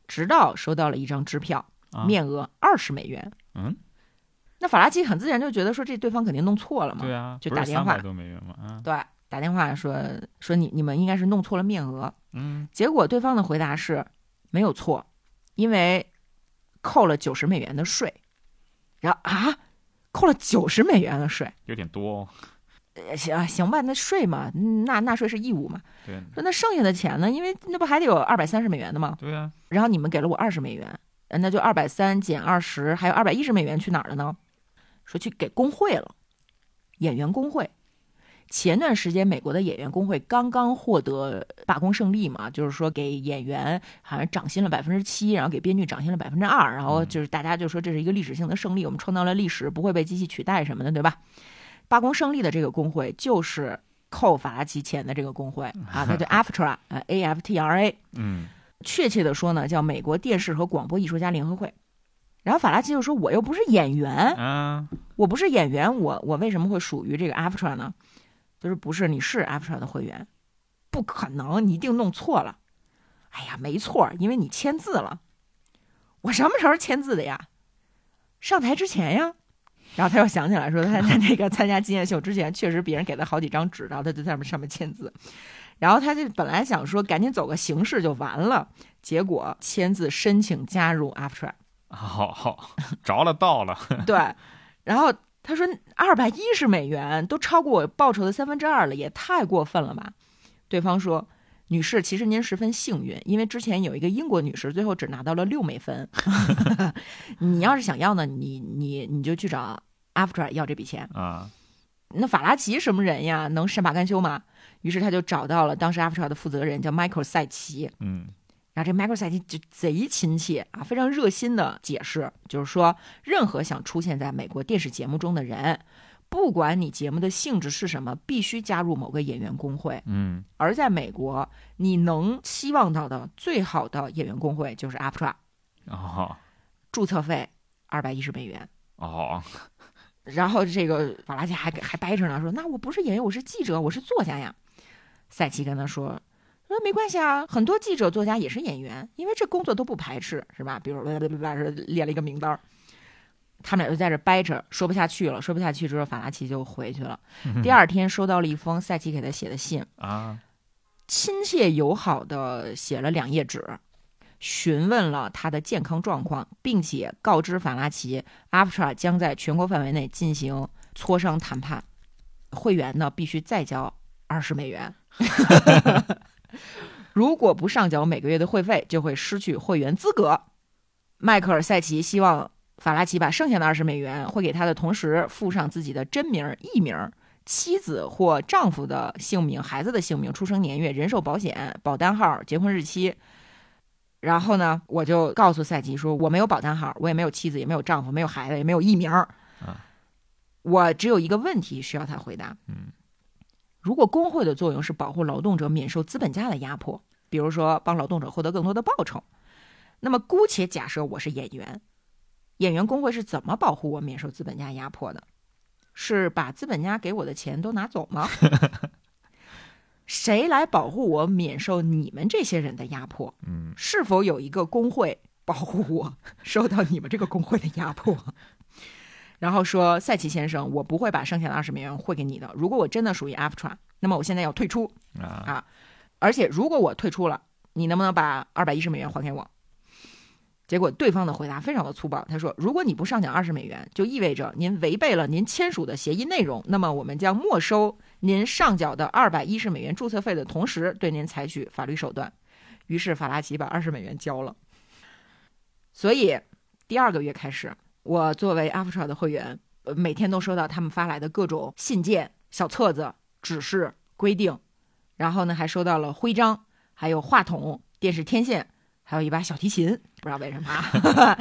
直到收到了一张支票，啊面额二十美元。嗯，那法拉奇很自然就觉得说这对方肯定弄错了嘛，对啊，就不是打电话300多美元嘛啊对打电话说说你你们应该是弄错了面额。嗯结果对方的回答是没有错，因为扣了九十美元的税。然后啊，扣了九十美元的税，有点多哦，呃行啊行吧，那税嘛，嗯纳纳税是义务嘛。对说那剩下的钱呢？因为那不还得有二百三十美元的吗？对啊然后你们给了我二十美元，呃那就二百三减二十，还有二百一十美元去哪儿了呢？说去给工会了，演员工会。前段时间，美国的演员工会刚刚获得罢工胜利嘛，就是说给演员好像涨薪了百分之七，然后给编剧涨薪了百分之二，然后就是大家就说这是一个历史性的胜利，我们创造了历史，不会被机器取代什么的，对吧？罢工胜利的这个工会就是扣法拉奇钱的这个工会啊，它叫 AFTRA，呃，A F T R A。嗯确切的说呢，叫美国电视和广播艺术家联合会。然后法拉奇就说：“我又不是演员，啊我不是演员，我我为什么会属于这个 AFTRA 呢？就是不是你是 AFTRA 的会员，不可能，你一定弄错了。哎呀，没错，因为你签字了。我什么时候签字的呀？上台之前呀。然后他又想起来说，他在那个 *laughs* 参加金夜秀之前，确实别人给他好几张纸，然后他就在上面上面签字。然后他就本来想说赶紧走个形式就完了，结果签字申请加入 AFTRA。好好着了道了，对，然后他说二百一十美元都超过我报酬的三分之二了，也太过分了吧？对方说女士，其实您十分幸运，因为之前有一个英国女士，最后只拿到了六美分。 *laughs* 你要是想要呢，你你你就去找 After 要这笔钱。啊，那法拉奇什么人呀？能善罢甘休吗？于是他就找到了当时 After 的负责人，叫 Michael 赛奇。嗯然后这 Michael 赛奇就贼亲切啊，非常热心的解释，就是说，任何想出现在美国电视节目中的人，不管你节目的性质是什么，必须加入某个演员工会。嗯而在美国，你能期望到的最好的演员工会就是 AFTRA，哦注册费二百一十美元。哦然后这个法拉奇还还掰扯呢，说那我不是演员，我是记者，我是作家呀。赛奇跟他说说没关系啊，很多记者作家也是演员，因为这工作都不排斥，是吧？比如 *laughs* 叭叭叭叭列了一个名单儿，他们俩就在这掰扯，说不下去了，说不下去之后，法拉奇就回去了。嗯第二天收到了一封赛奇给他写的信，啊亲切友好的写了两页纸，询问了他的健康状况，并且告知法拉奇，AFTRA 将在全国范围内进行磋商谈判，会员呢必须再交二十美元， *laughs* 如果不上缴每个月的会费，就会失去会员资格。迈克尔·赛奇希望法拉奇把剩下的二十美元汇给他的同时，附上自己的真名儿、艺名儿、妻子或丈夫的姓名、孩子的姓名、出生年月、人寿保险保单号、结婚日期。然后呢，我就告诉赛吉说，我没有保单号，我也没有妻子，也没有丈夫，没有孩子，也没有艺名儿啊。我只有一个问题需要他回答。嗯，如果工会的作用是保护劳动者免受资本家的压迫，比如说帮劳动者获得更多的报酬，那么姑且假设我是演员，演员工会是怎么保护我免受资本家压迫的？是把资本家给我的钱都拿走吗？ *laughs* 谁来保护我免受你们这些人的压迫？嗯是否有一个工会保护我受到你们这个工会的压迫？然后说，赛奇先生，我不会把剩下的二十美元汇给你的。如果我真的属于 AFTRA，那么我现在要退出，啊而且如果我退出了，你能不能把二百一十美元还给我？结果对方的回答非常的粗暴，他说：“如果你不上缴二十美元，就意味着您违背了您签署的协议内容，那么我们将没收您上缴的二百一十美元注册费的同时，对您采取法律手段。”于是法拉奇把二十美元交了。所以第二个月开始，我作为 Aftra 的会员，呃每天都收到他们发来的各种信件、小册子、指示、规定，然后呢，还收到了徽章，还有话筒、电视天线，还有一把小提琴，不知道为什么啊。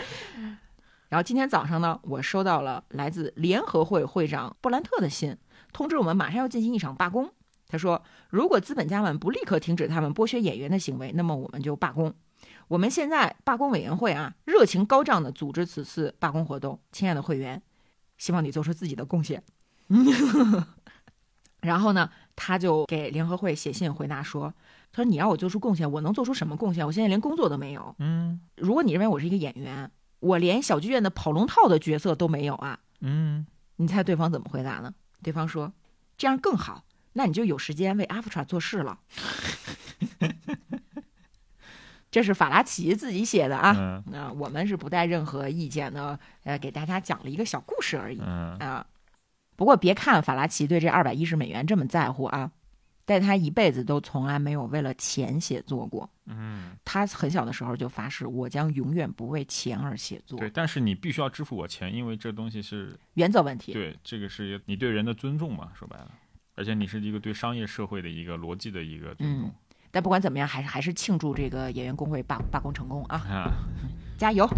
*laughs* 然后今天早上呢，我收到了来自联合会会长布兰特的信，通知我们马上要进行一场罢工。他说，如果资本家们不立刻停止他们剥削演员的行为，那么我们就罢工。我们现在罢工委员会啊，热情高涨的组织此次罢工活动。亲爱的会员，希望你做出自己的贡献。 *laughs* 然后呢，他就给联合会写信回答说：“他说你让我做出贡献，我能做出什么贡献？我现在连工作都没有。嗯如果你认为我是一个演员，我连小剧院的跑龙套的角色都没有啊！嗯你猜对方怎么回答呢？对方说：这样更好，那你就有时间为 Aftra 做事了。 *laughs* 这是法拉奇自己写的啊。嗯那、我们是不带任何意见的，呃，给大家讲了一个小故事而已。嗯啊。不过别看法拉奇对这二百一十美元这么在乎啊，但他一辈子都从来没有为了钱写作过。嗯，他很小的时候就发誓，我将永远不为钱而写作。对，但是你必须要支付我钱，因为这东西是原则问题，对这个是你对人的尊重嘛，说白了，而且你是一个对商业社会的一个逻辑的一个尊重、但不管怎么样，还是还是庆祝这个演员工会罢罢工成功啊！啊。加油！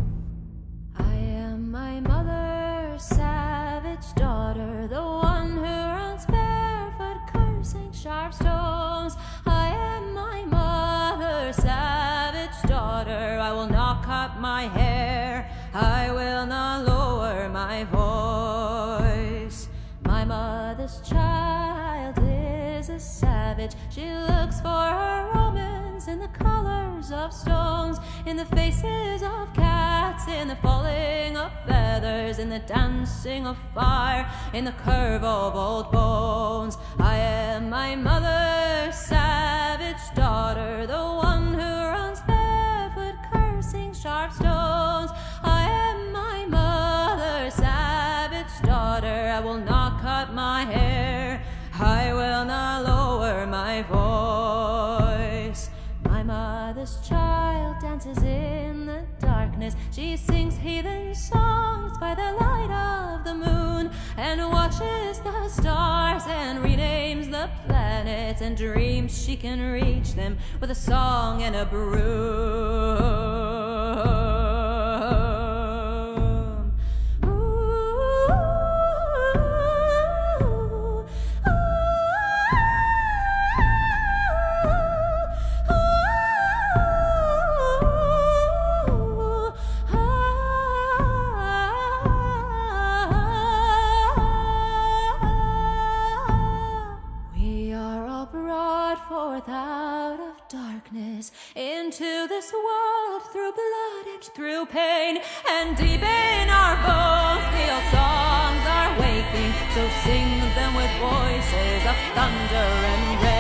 I am my mother's savage daughter, the one who runs barefoot, cursing sharp stones. I am my mother's savage daughter. I will not cut my hair, I will not lower my voice. My mother's child is a savage. She looks for her omens in the colors of stones, in the faces of cats, in the falling of feathers, in the dancing of fire, in the curve of old bones. I am my mother's savage daughter, the one who runs barefoot, cursing sharp stones. I am my mother's savage daughter. I will not cut my hair. I will not lower my voice. lost child dances in the darkness. She sings heathen songs by the light of the moon and watches the stars and renames the planets and dreams she can reach them with a song and a broom. Ooh, we are all brought forth out of darkness into this world through blood and through pain, and deep in our bones the old songs are waking. So sing them with voices of thunder and rain.